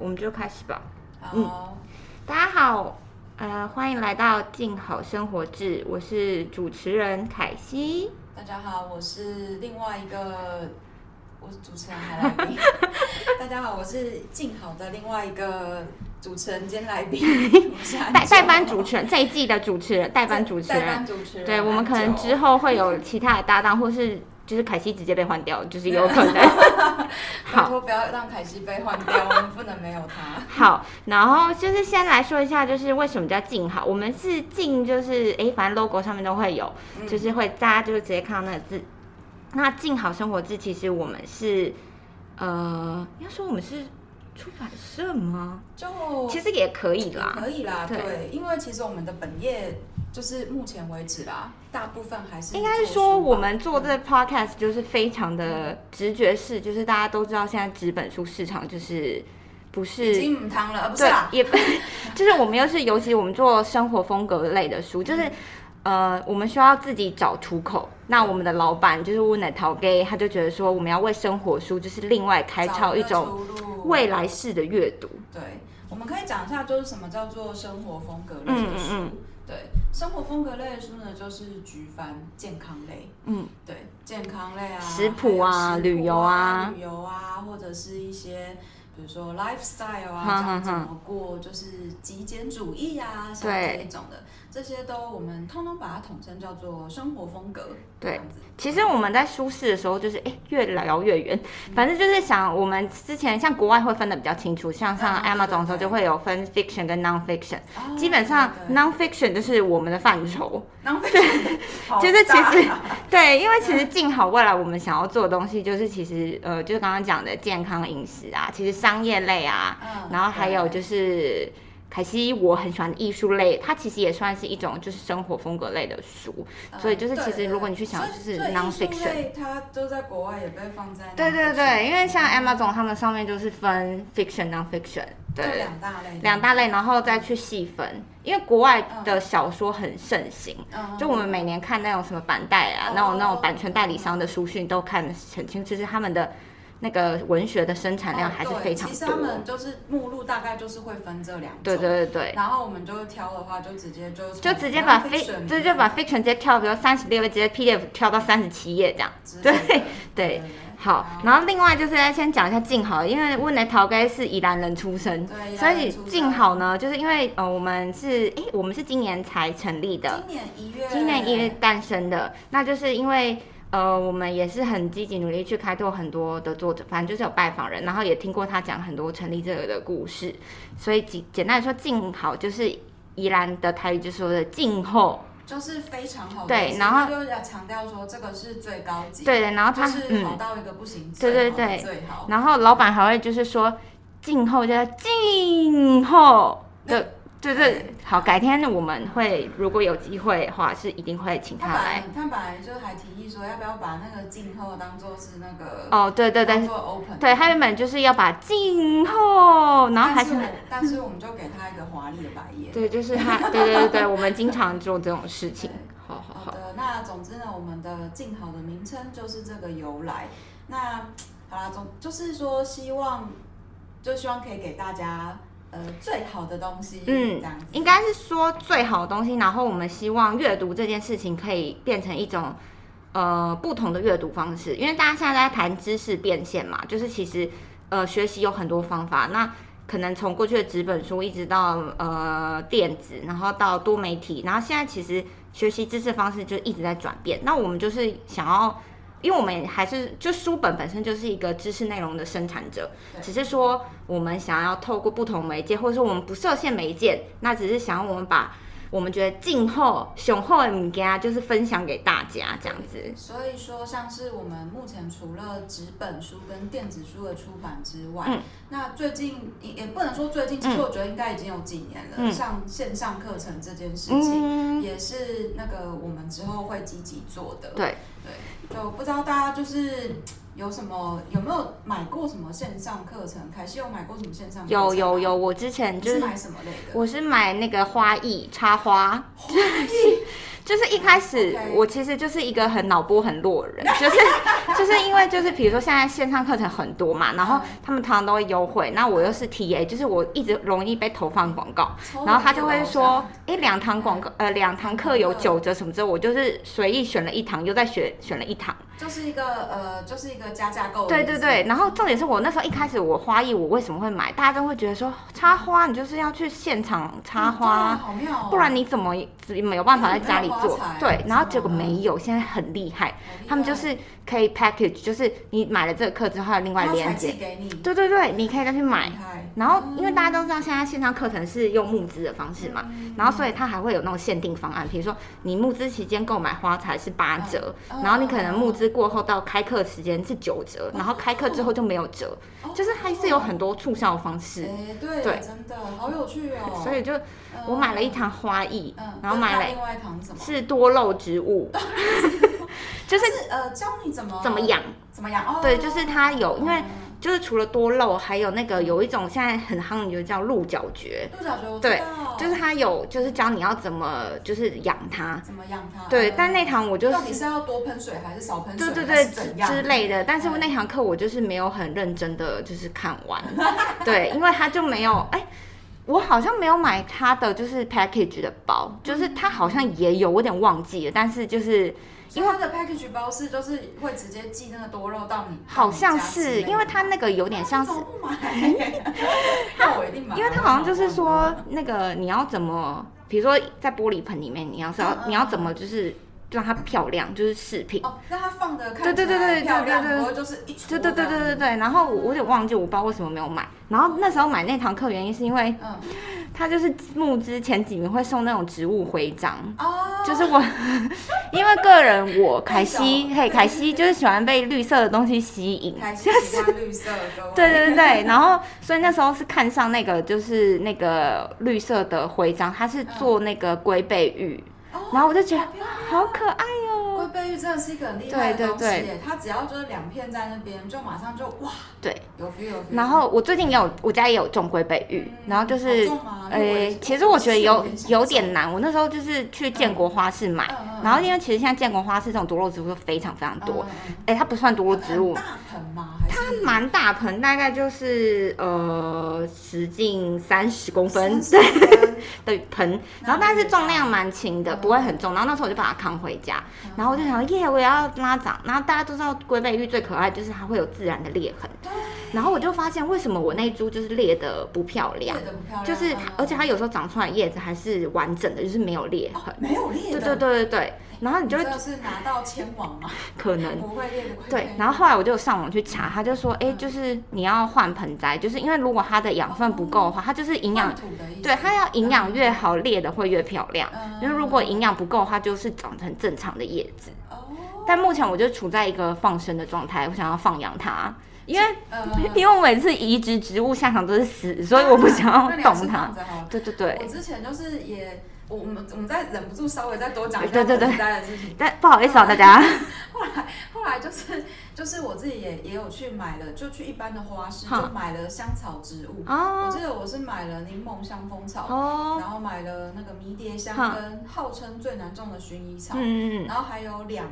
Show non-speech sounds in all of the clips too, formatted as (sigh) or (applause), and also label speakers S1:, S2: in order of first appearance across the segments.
S1: 我们就开始吧。嗯
S2: 好，
S1: 大家好，呃，欢迎来到静好生活志，我是主持人凯西。
S2: 大家好，我是另外一个，我是主持人还来
S1: (laughs)
S2: 宾。大家好，我是静好的另外一个主持人兼来宾，我是
S1: (laughs)
S2: 安
S1: 代
S2: 九
S1: 代班主
S2: (laughs)
S1: 持人这一季的主持人，代
S2: 代
S1: 班主持
S2: 代
S1: 人
S2: 班，主持人，
S1: 对我们可能
S2: 安九
S1: 之后会有其他的搭档，或是就是凯西直接被换掉，就是有可能。
S2: 拜托不要让凯西被换掉，我们不能没有他。
S1: 好，然后就是先来说一下，就是为什么叫静好，我们是静，就是诶，反正 logo 上面都会有，
S2: 嗯
S1: 就是会大家就是直接看到那个字。那静好生活志，其实我们是呃，要说我们是出版社吗？
S2: 就
S1: 其实也可以啦。
S2: 可以啦，
S1: 对
S2: 对，因为其实我们的本业就是目前为止啦，大部分还是
S1: 应该是
S2: 做
S1: 说，
S2: 书吧
S1: 我们做这个 podcast 就是非常的直觉式，就是大家都知道现在纸本书市场就是不
S2: 已
S1: 是
S2: 经母汤了，呃不是
S1: 对
S2: 啦，，
S1: 也不 (laughs) 就是我们又是，尤其我们做生活风格类的书，就是
S2: 嗯
S1: 呃，我们需要自己找出口。那我们的老板就是乌奶陶 gay，他就觉得说，我们要为生活书就是另外开
S2: 找
S1: 创一
S2: 个
S1: 种
S2: 出路
S1: 未来式的阅读。
S2: 对，我们可以讲一下，就是什么叫做生活风格类的书。
S1: 嗯嗯
S2: 对，生活风格类的书呢，就是举凡健康类，
S1: 嗯，
S2: 对，健康类啊，
S1: 食谱啊
S2: 还有食谱
S1: 旅游啊
S2: 旅游啊，或者是一些。比如说 lifestyle
S1: 哈
S2: 啊，
S1: 哈哈
S2: 讲怎么过，就是极简主义啊，像
S1: 对
S2: 这一种的，这些都我们通通把它统称叫做生活风格。
S1: 对
S2: 这样子，哦
S1: 其实我们在舒适的时候，就是哎、诶越聊越远。(laughs)
S2: 嗯
S1: 反正就是想，我们之前像国外会分的比较清楚，像上
S2: 嗯对
S1: Amazon 的时候
S2: 对
S1: 就会有分 fiction 跟 non fiction。
S2: 哦
S1: 基本上
S2: 对
S1: non fiction 就是我们的范畴。
S2: 浪费钱
S1: (laughs)
S2: 好
S1: 就是其
S2: 大
S1: 实对，因为其实静好未来我们想要做的东西，就是其实呃，就是刚刚讲的健康饮食啊，其实商业类啊，
S2: 嗯
S1: 然后还有
S2: 对
S1: 就是凯西我很喜欢的艺术类，它其实也算是一种就是生活风格类的书，所以就是
S2: 嗯对
S1: 其实
S2: 对
S1: 如果你去想
S2: 所以
S1: 就是
S2: 所以艺术
S1: non-fiction
S2: 类它都在国外也被放在
S1: 对对
S2: non-fiction
S1: 对，因为像 Amazon 他们上面就是分 fiction、non fiction，
S2: 就
S1: 对，
S2: 两大类，
S1: 两大类，然后再去细分，因为国外的小说很盛行。
S2: 嗯，
S1: 就我们每年看那种什么版代啊
S2: 哦，
S1: 那种那种版权代理商的书讯都看得很清，就是他们的那个文学的生产量还是
S2: 哦对
S1: 非常
S2: 其实他
S1: 多。
S2: 们就是目录大概就是会分这两种，
S1: 对对对对，
S2: 然后我们就挑的话就直接就
S1: 就
S2: 就
S1: 直接把 fic 就就把 fiction 直接跳，比如三十六页直接 PDF 跳到三十七页这样。对对，
S2: 哦
S1: 好，然后另外就是先讲一下静好，因为温的陶该是宜兰人出身，
S2: 对，
S1: 所
S2: 要
S1: 以
S2: 出的
S1: 静好呢，就是因为呃我们是诶我们是今年才成立的，
S2: 今年一月，
S1: 今年一月诞生的，那就是因为呃，我们也是很积极努力去开拓很多的作者，反正就是有拜访人，然后也听过他讲很多成立这个的故事，所以简简单来说，静好就是宜兰的台语就说的静候，
S2: 就是非常好的，
S1: 对
S2: 其实
S1: 然后
S2: 就是要强调说这个是最高级，，
S1: 对的，然后
S2: 就
S1: 他、
S2: 是好
S1: 嗯，
S2: 到一个不行，
S1: 对
S2: 最
S1: 对
S2: 好的
S1: 对
S2: 最好。
S1: 然后老板还会就是说静候就叫静候的。就是好，改天我们会如果有机会的话，是一定会请
S2: 他
S1: 他
S2: 本
S1: 来
S2: 来。他本来就还提议说，要不要把那个静候当做是那个
S1: 哦，对对对
S2: 当，做 open
S1: 对他原本就是要把静候，然后还
S2: 但
S1: 是
S2: 是我但是我们就给他一个华丽的白眼。
S1: 对，就是他，对对对对，我们经常做这种事情
S2: 对。
S1: 好好
S2: (laughs) 好
S1: 好，
S2: 的，那总之呢，我们的静好的名称就是这个由来。那好啦，总就是说希望，就希望可以给大家呃最好的东西，
S1: 嗯
S2: 这样子。
S1: 应该是说最好的东西，然后我们希望阅读这件事情可以变成一种。呃，不同的阅读方式，因为大家现在在谈知识变现嘛，就是其实，呃，学习有很多方法。那可能从过去的纸本书，一直到呃电子，然后到多媒体，然后现在其实学习知识方式就一直在转变。那我们就是想要，因为我们还是就书本本身就是一个知识内容的生产者，
S2: 对
S1: 只是说我们想要透过不同媒介，或者说我们不设限媒介，那只是想要我们把我们觉得静候、雄厚的物件，就是分享给大家这样子。
S2: 所以说，像是我们目前除了纸本书跟电子书的出版之外，
S1: 嗯
S2: 那最近也也不能说最近，其实我觉得应该已经有几年了。
S1: 嗯
S2: 像线上课程这件事情，
S1: 嗯，
S2: 也是那个我们之后会积极做的。
S1: 对
S2: 对，就不知道大家就是有什么有没有买过什么线上课程？凯西有买过什么线上课程吗？
S1: 有有有，我之前 (laughs)
S2: 你
S1: 就是是
S2: 买什么类的？
S1: 我是买那个花艺插花，就是一开始
S2: OK
S1: 我其实就是一个很脑波很弱的人，就是就是因为就是比如说现在线上课程很多嘛，然后他们常常都会优惠，那我又是 TA，就是我一直容易被投放广告，然后他就会说，哎、两堂广告呃两堂课有九折什么之后，我就是随意选了一堂，又再选选了一堂，
S2: 就是一个呃，就是一个加价购。
S1: 对对对，，然后重点是我那时候一开始我花艺我为什么会买，大家都会觉得说插花你就是要去现场插花啊、
S2: 嗯对啊好妙哦，
S1: 不然你怎么怎么有办法在家里
S2: 没有
S1: 做
S2: 花材？
S1: 对，然后结果
S2: 是吗
S1: 没有，现在很厉害
S2: 好，厉害
S1: 他们就是可以 package，就是你买了这个课之后，还有另外
S2: 哦他才
S1: 连
S2: 寄
S1: 接。
S2: 给你，
S1: 对对对，你可以再去买
S2: 厉。害
S1: 然后，因为大家都知道现在线上课程是用募资的方式
S2: 嗯
S1: 嘛，然后所以它还会有那种限定方案，比如说你募资期间购买花材是八折，
S2: 嗯
S1: 然后你可能募资过后到开课时间是九折，然后开课之后就没有折，
S2: 哦
S1: 就是还是有很多促销的方式。
S2: 哎，对
S1: 对
S2: 真的好有趣哦。
S1: 所以就
S2: 嗯
S1: 我买了一堂花艺
S2: 嗯，，
S1: 然后买了
S2: 那另外一堂是什么？
S1: 是多肉植物，
S2: 哦
S1: 就是
S2: 是呃，教你怎么
S1: 怎么养。
S2: 怎么养哦。
S1: 对，就是它有，因为
S2: 嗯
S1: 就是除了多肉，还有那个有一种现在很夯，就叫鹿角蕨，
S2: 鹿角蕨我知
S1: 对
S2: 道，
S1: 就是它有，就是教你要怎么就是养它。
S2: 怎么养它。
S1: 对，
S2: 嗯
S1: 但那堂我就
S2: 到底
S1: 是。
S2: 是要多喷水还是少喷水？
S1: 对对
S2: 还
S1: 对，
S2: 是
S1: 之
S2: 怎样
S1: 之类的，但是
S2: 嗯
S1: 那堂课我就是没有很认真的，就是看
S2: (laughs)
S1: 完，对，因为它就没有，哎、我好像没有买它的就是 package 的包，就是它好像也有，我有点忘记了，但是就是
S2: 因为它的 package 包是就是会直接寄那个多肉到你，
S1: 好像
S2: 到你家之
S1: 是，
S2: 类的
S1: 因为它那个有点
S2: (laughs)
S1: 像是
S2: 那，我不买，那哎我一定买，
S1: 因为它好像
S2: 嗯
S1: 就是说那个你要怎么，比如说在玻璃盆里面，你要是
S2: 嗯
S1: 要
S2: 嗯
S1: 你要怎么就是让它漂亮，就是饰品。
S2: 哦，让它放的看
S1: 对对对对对
S2: 起来漂亮，
S1: 对对对
S2: 不会就是一
S1: 对
S2: 撮
S1: 对对对对对，然后我我有点忘记，我不知道为什么没有买。然后那时候买那堂课原因是因为
S2: 这样，
S1: 它就是募资前几名会送那种植物徽章，
S2: 嗯哦，
S1: 就是我因为个人我凯西嘿凯西就是喜欢被绿色的东西吸引，
S2: 开心喜欢绿色的，
S1: (laughs) 对对对对，然后所以那时候是看上那个就是那个绿色的徽章，它是做那个龟背玉，
S2: 哦
S1: 然后我就觉得
S2: 好漂亮
S1: 好可爱哦、
S2: 龟背玉真的是一个很厉
S1: 对
S2: 害的
S1: 对
S2: 东西
S1: 对
S2: 耶，它只要就是两片在那边，就马上就哇，
S1: 对，
S2: 有 feel 有 feel。
S1: 然后我最近也有我家也有种龟背玉，
S2: 嗯
S1: 然后就是
S2: 好重吗因为我也
S1: 呃
S2: 是，
S1: 其实我觉得
S2: 我
S1: 有
S2: 也是有
S1: 有
S2: 点
S1: 点难，我那时候就是去建国花市买，
S2: 嗯嗯嗯
S1: 然后因为其实现在建国花市这种多肉植物都非常非常多，哎、它不算多肉植物
S2: 很。大盆吗？还
S1: 它
S2: 是
S1: 蛮大盆，大概就是呃直径三十公分， (laughs)
S2: 对，
S1: 的盆，
S2: 那
S1: 然后但
S2: 你
S1: 是
S2: 也
S1: 重
S2: 大
S1: 量蛮轻的，
S2: 嗯
S1: 不会很重。然后那时候我就把它扛回家，然后我就想耶，我也要拉长。然后大家都知道龟背玉最可爱就是它会有自然的裂痕，然后我就发现为什么我那一株就是裂的不漂亮
S2: 裂，的不漂亮，
S1: 就是
S2: 嗯嗯
S1: 而且它有时候长出来的叶子还是完整的，就是没有裂痕。
S2: 哦没有裂
S1: 对对
S2: 的，
S1: 对对对，然后你就会
S2: 这是拿到签王嘛，
S1: 可能
S2: 不会裂的龟背
S1: 对，然后后来我就上网去查，他就说，哎，就是你要换盆栽，就是因为如果它的养分不够的话，它就是营养
S2: 换土的意思，
S1: 对，它要营养越好，裂的会越漂亮。
S2: 嗯
S1: 因为如果营养不够的话，就是长成正常的叶子。
S2: 哦，
S1: 但目前我就处在一个放生的状态，我想要放养它，因为
S2: 呃，
S1: 因为我每次移植植物下场都是死， (laughs) 所以我不想要
S2: 那你还是
S1: 动它
S2: 放。着好了。
S1: 对对对
S2: 我，之前就是也，我我们我们再忍不住稍微再多讲一下
S1: 哎对对对
S2: 盆栽的事情。
S1: 但不好意思啊，大家。
S2: 后来后来就是就是我自己也也有去买了，就去一般的花市
S1: 哼
S2: 就买了香草植物。我
S1: 哦
S2: 记得我是买了柠檬香蜂草，
S1: 哦，
S2: 然后买了那个迷迭香
S1: 哼
S2: 跟号称最难种的薰衣草，
S1: 嗯嗯
S2: 然后还有两。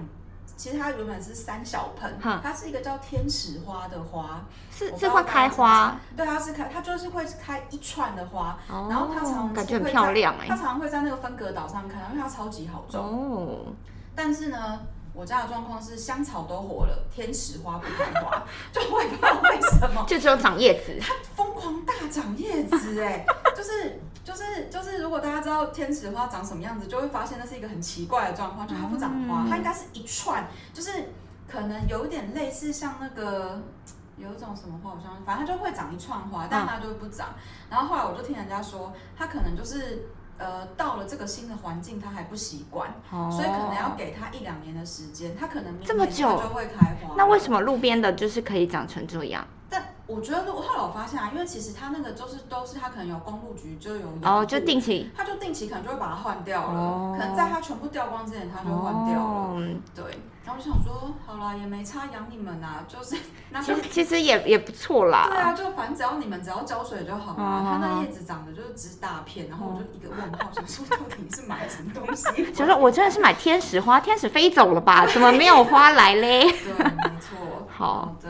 S2: 其实它原本是三小盆，
S1: 哼
S2: 它是一个叫天使花的
S1: 嗯，
S2: 花，
S1: 是
S2: 我
S1: 是
S2: 不
S1: 会
S2: 知道
S1: 开
S2: 大家知不知
S1: 花
S2: 对，它是开，它就是会开一串的花，然后它常
S1: 哦
S2: 常，
S1: 感
S2: 是
S1: 觉很
S2: 会
S1: 漂
S2: 在
S1: 亮
S2: 它
S1: 哎。
S2: 常常会在那个分隔岛上看到，因为它超级好种。
S1: 哦，
S2: 但是呢，我家的状况是香草都火了，天使花不开花， (laughs) 就我也不知道为什么
S1: 就只有长叶子。
S2: 它疯狂大长叶子哎、 (laughs) 就是就是就是，如果大家知道天使花长什么样子，就会发现那是一个很奇怪的状况，就它不长花，
S1: 嗯
S2: 它应该是一串，就是可能有一点类似像那个。有一种什么花，我想反正它就会长一串
S1: 嗯
S2: 花，但它就会不长。然后后来我就听人家说，它可能就是呃到了这个新的环境，它还不习惯，
S1: 哦，
S2: 所以可能要给它一两年的时间，它可能明
S1: 这么
S2: 年它
S1: 久
S2: 就会开花。
S1: 那为
S2: 么？
S1: 什么路边的就是可以长成这样？
S2: 但我觉得如果后来我发现啊，因为其实他那个就是都是他可能有公路局就有养
S1: 哦，就
S2: 护
S1: 定期
S2: 他就定期可能就会把它换掉了，
S1: 哦
S2: 可能在它全部掉光之前，它就换掉了。
S1: 哦。
S2: 对，然后就想说，好啦，也没差养你们啊，就是那
S1: 其
S2: 就
S1: 实其实也也不错啦。
S2: 对啊，就反正只要你们只要浇水就好了、
S1: 哦
S2: 它那叶子长得就是只大片，然后我就一个问号，想说到底是买什么东
S1: (laughs)
S2: 西？
S1: 想说，我真的是买天使花，天使飞走了吧？怎么没有花来嘞？
S2: 对，没错。
S1: 好
S2: 的，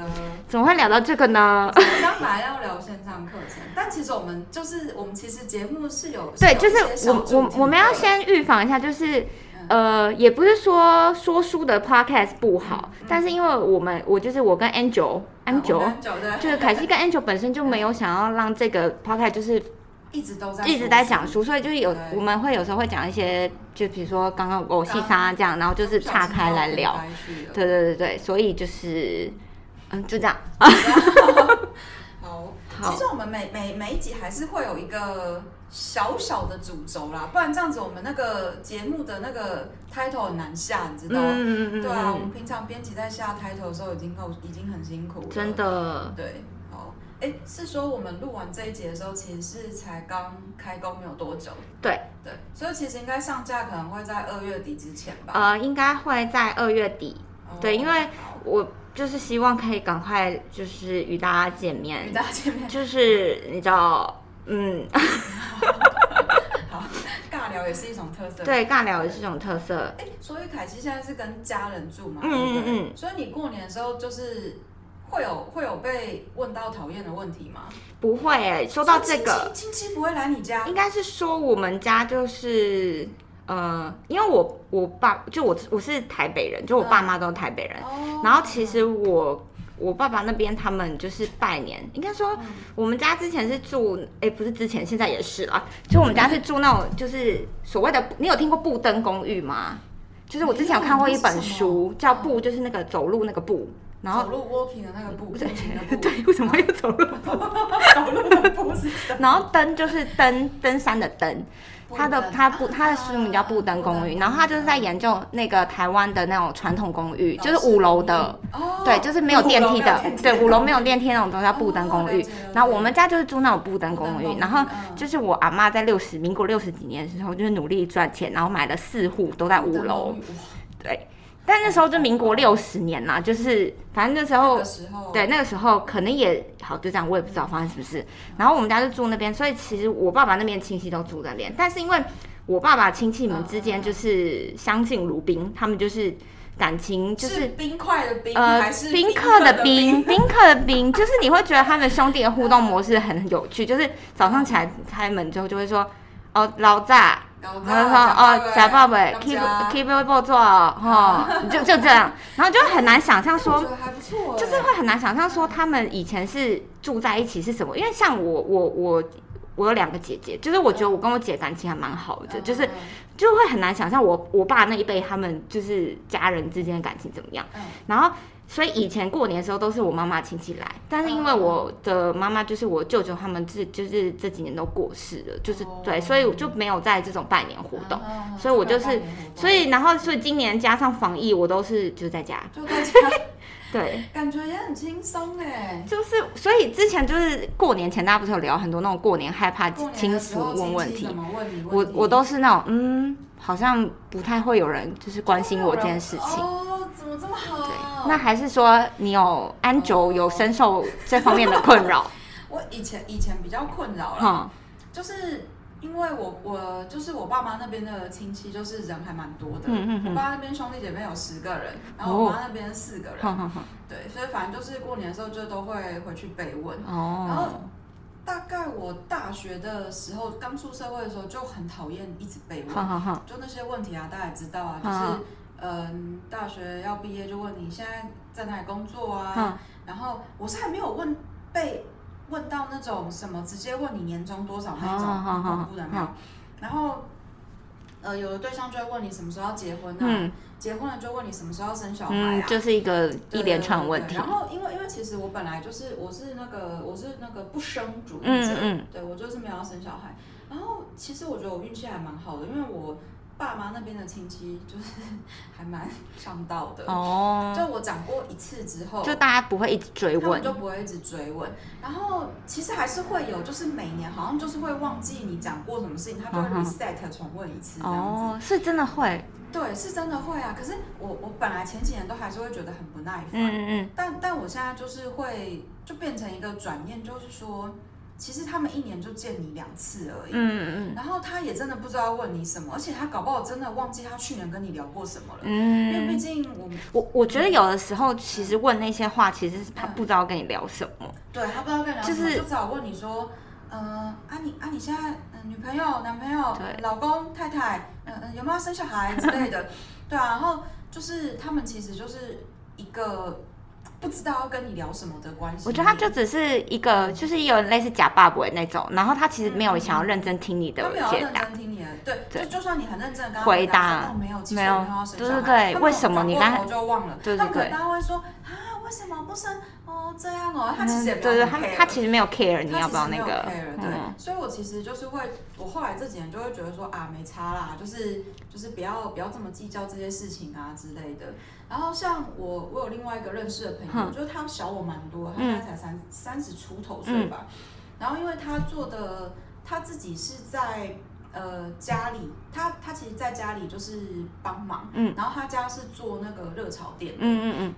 S1: 怎么会聊到这个呢？
S2: (laughs) 刚本来要聊线上课程，但其实我们就是我们其实节目是有
S1: 对，
S2: 有
S1: 就
S2: 一些
S1: 是
S2: 小
S1: 我
S2: 主
S1: 我
S2: 题
S1: 我们
S2: 的
S1: 要先预防一下，就是
S2: 嗯
S1: 呃，也不是说说书的 podcast 不好，但是因为我们我就是我跟 Angel
S2: 嗯
S1: Angel，
S2: 安久对，
S1: 就是凯西跟 Angel 本身就没有想要让这个 podcast 就是
S2: 一直嗯都在
S1: 一直
S2: 说
S1: 在
S2: 书
S1: 讲书，所以就是有
S2: 对
S1: 我们会有时候会讲一些，就比如说刚刚我细沙这样，然后就是
S2: 不小心
S1: 岔开来聊
S2: 绕。开去了
S1: 对对对对，所以就是嗯，就这样。
S2: 好，
S1: 好
S2: 其实我们每每每一集还是会有一个小小的主轴啦，不然这样子我们那个节目的那个 title 很难下，你知道？
S1: 嗯
S2: 对啊，我们平常编辑在下 title 的时候已经够已经很辛苦了，
S1: 真。的，
S2: 对，好，哎，是说我们录完这一集的时候，其实是才刚开工没有多久。
S1: 对
S2: 对，所以其实应该上架可能会在二月底之前吧。
S1: 呃，应该会在二月底。
S2: 哦
S1: 对因为
S2: 好
S1: 我就是希望可以赶快，就是与大家见
S2: 哦与
S1: 面，
S2: 大家见面，
S1: 就是你知道，嗯，
S2: 好，尬聊也是一种特色。
S1: 对，尬聊也是一种特色。
S2: 哎，所以凯西现在是跟家人住嘛？
S1: 嗯
S2: 对不对
S1: 嗯。
S2: 所以你过年的时候就是会有会有被问到讨厌的问题吗？
S1: 不会诶、说哦到这个，
S2: 亲戚亲戚不会来你家
S1: 应该是说我们家就是。呃，因为我我爸就我我是台北人，就我爸
S2: 嗯
S1: 妈都是台北人，
S2: 哦
S1: 然后其实我我爸爸那边他们就是拜年，应该说我们家之前是住，哎、不是之前，现在也是啦。就我们家是住那种就是所谓的，你有听过布登公寓吗？就是我之前有看过一本书叫《布》，就是那个走路那个步，然后
S2: 走路 walking 的那个步，步行的步，
S1: (laughs) 对，为什么会有走路？
S2: (laughs) 走路的步是什么？
S1: 然后登就是登登山的登，他的他不他的书名叫《布登公寓》，然后他就是在研究那个台湾的那种传统公寓，就是五楼的。
S2: 哦，
S1: 对，就是没有电梯的，对，哦五楼没有电梯那种都叫
S2: 哦
S1: 布登公
S2: 了
S1: 寓
S2: 解了。
S1: 然后
S2: 解
S1: 我们家就是住那种布登
S2: 布登
S1: 公寓，
S2: 公
S1: 然
S2: 寓
S1: 后
S2: 嗯
S1: 就是我阿妈在六十民国六十几年的时候，就是努力赚钱，然后买了四户都在五楼。，对，但那时候就民国六十年啦，就是反正那时
S2: 那
S1: 候
S2: 个时候，
S1: 对，那个时候可能也好，就这样，我也不知道发生什么事。然后我们家就住那边，所以其实我爸爸那边亲戚都住那边，但是因为我爸爸亲戚们之间就是相敬如宾，他们就是感情就是是
S2: 冰块的冰
S1: 呃
S2: 还，是
S1: 宾
S2: 客
S1: 客的
S2: 冰？
S1: 宾，宾客的宾，就是你会觉得他们兄弟的互动模式很有趣，就是早上起来开门之后就会说，哦，老炸，
S2: 然后
S1: 然后说哦，假爸爸，keep keep 微博做哦，吼，就就这样，然后就很难想象
S2: 说 (laughs)
S1: 说。
S2: 还不错欸，
S1: 就是会很难想象说他们以前是住在一起是什么，因为像我我我我有两个姐姐，就是我觉得我跟我姐感情还蛮好的，
S2: 嗯
S1: 就是就会很难想象我我爸那一辈他们就是家人之间的感情怎么样。
S2: 嗯
S1: 然后，所以以前过年的时候都是我妈妈亲戚来，但是因为
S2: 嗯
S1: 我的妈妈就是我舅舅他们是就是这几年都过世了，就是、
S2: 哦
S1: 对，所以我就没有在这种拜年活动。
S2: 嗯嗯嗯
S1: 所以我就是
S2: 这个概念很棒
S1: 所以，然后，所以今年加上防疫，我都是就在家，
S2: 就大家
S1: 对，
S2: 感觉也很轻松
S1: (laughs)
S2: 哎。
S1: 就是，所以之前就是过年前，大家不是有聊很多那种过年害怕
S2: 过年
S1: 亲
S2: 的
S1: 属
S2: 时候
S1: 问问
S2: 亲戚
S1: 题
S2: 怎，么问你问
S1: 我
S2: 题
S1: 我都是那种，嗯，好像不太会有人就是关心我这件事情。
S2: 哦，怎么这么好
S1: 对
S2: 啊？，
S1: 那还是说你有安卓有深受这方面的困扰，
S2: 我以前以前比较困扰了，
S1: 哈、
S2: 就是因为我我就是我爸妈那边的亲戚，就是人还蛮多的。
S1: 嗯嗯嗯哦
S2: 我爸那边兄弟姐妹有十个人，然后我妈那边四个人。
S1: 哼哼哼
S2: 对，所以反正就是过年的时候就都会回去被问。然后
S1: 哦，
S2: 大概我大学的时候刚出社会的时候就很讨厌一直被问
S1: 哈，哈哈，
S2: 就那些问题啊，大家也知道啊，就
S1: 嗯
S2: 是嗯，大学要毕业就问你现在在哪里工作
S1: 嗯
S2: 啊，然后我是还没有问被问到那种什么直接问你年终多少那
S1: 嗯
S2: 种
S1: 嗯嗯
S2: 很恐怖的没有
S1: 嗯，
S2: 然后呃有的对象就会问你什么时候要结婚啊，
S1: 嗯
S2: 结婚了就问你什么时候要生小孩
S1: 嗯，
S2: 啊。
S1: 就是一个
S2: 对
S1: 一连串问
S2: 对
S1: 题
S2: 对，然后，因为因为其实我本来就是我是那个我是那个不生主义者，
S1: 嗯嗯
S2: 对我就是没有要生小孩。然后其实我觉得我运气还蛮好的，因为我。爸妈那边的亲戚就是 (laughs) 还蛮上道的。
S1: 哦，
S2: 就我讲过一次之后，
S1: 就大家不会一直追
S2: 他们
S1: 问
S2: 就不会一直追问。然后其实还是会有，就是每年好像就是会忘记你讲过什么事情，他就会
S1: 嗯哼
S2: reset 重问一次这样子。
S1: 哦，是真的会，
S2: 对，是真的会啊。可是我我本来前几年都还是会觉得很不耐烦，
S1: 嗯嗯
S2: 但但我现在就是会就变成一个转念，就是说，其实他们一年就见你两次而已。
S1: 嗯嗯
S2: 然后他也真的不知道问你什么，而且他搞不好真的忘记他去年跟你聊过什么了，因
S1: 嗯
S2: 为毕
S1: 嗯，
S2: 竟我们
S1: 我我觉得有的时候其实问那些话，其实是他
S2: 嗯
S1: 不知道跟你聊什么，
S2: 对他不知道跟你聊什
S1: 就
S2: 么，
S1: 是
S2: 就只好问你说，呃，啊你啊你现在、呃、女朋友、男朋友
S1: 对、
S2: 老公、太太，嗯、嗯，有没有生小孩之类
S1: (laughs)
S2: 的，对啊，然后就是他们其实就是一个不知道要跟你聊什么的关系。
S1: 我觉得他就只是一个，就是有点类似假爸爸那种，然后他其实没有想要认真听你
S2: 他
S1: 的
S2: 没有要
S1: 解
S2: 认
S1: 答，
S2: 真听你的，对，
S1: 对
S2: 就就算你很认真的跟他
S1: 回
S2: 答
S1: 答
S2: 说，哦，没有，其实
S1: 没
S2: 我
S1: 有
S2: 没有要生
S1: 对
S2: 小
S1: 对
S2: 孩，
S1: 对
S2: 他们
S1: 为什么你
S2: 转
S1: 刚
S2: 过头就忘了，
S1: 对对
S2: 他们可能
S1: 对
S2: 大家会说啊，为什么不生？哦，这样哦，他其实也
S1: 嗯
S2: 不
S1: 对对，
S2: 用
S1: 他
S2: care
S1: 他其实没有 care 你
S2: 他
S1: 要不要那
S2: 其
S1: 个
S2: 实没有 care，，对，
S1: 嗯，
S2: 所以我其实就是会，我后来这几年就会觉得说啊，没差啦，就是就是不要不要这么计较这些事情啊之类的。然后像我，我有另外一个认识的朋友，
S1: 哼
S2: 就是他小我蛮多的，他
S1: 嗯
S2: 现在才三三十出头岁吧。然后因为他做的他自己是在呃家里，他他其实在家里就是帮忙，
S1: 嗯，
S2: 然后他家是做那个热炒店的，
S1: 嗯嗯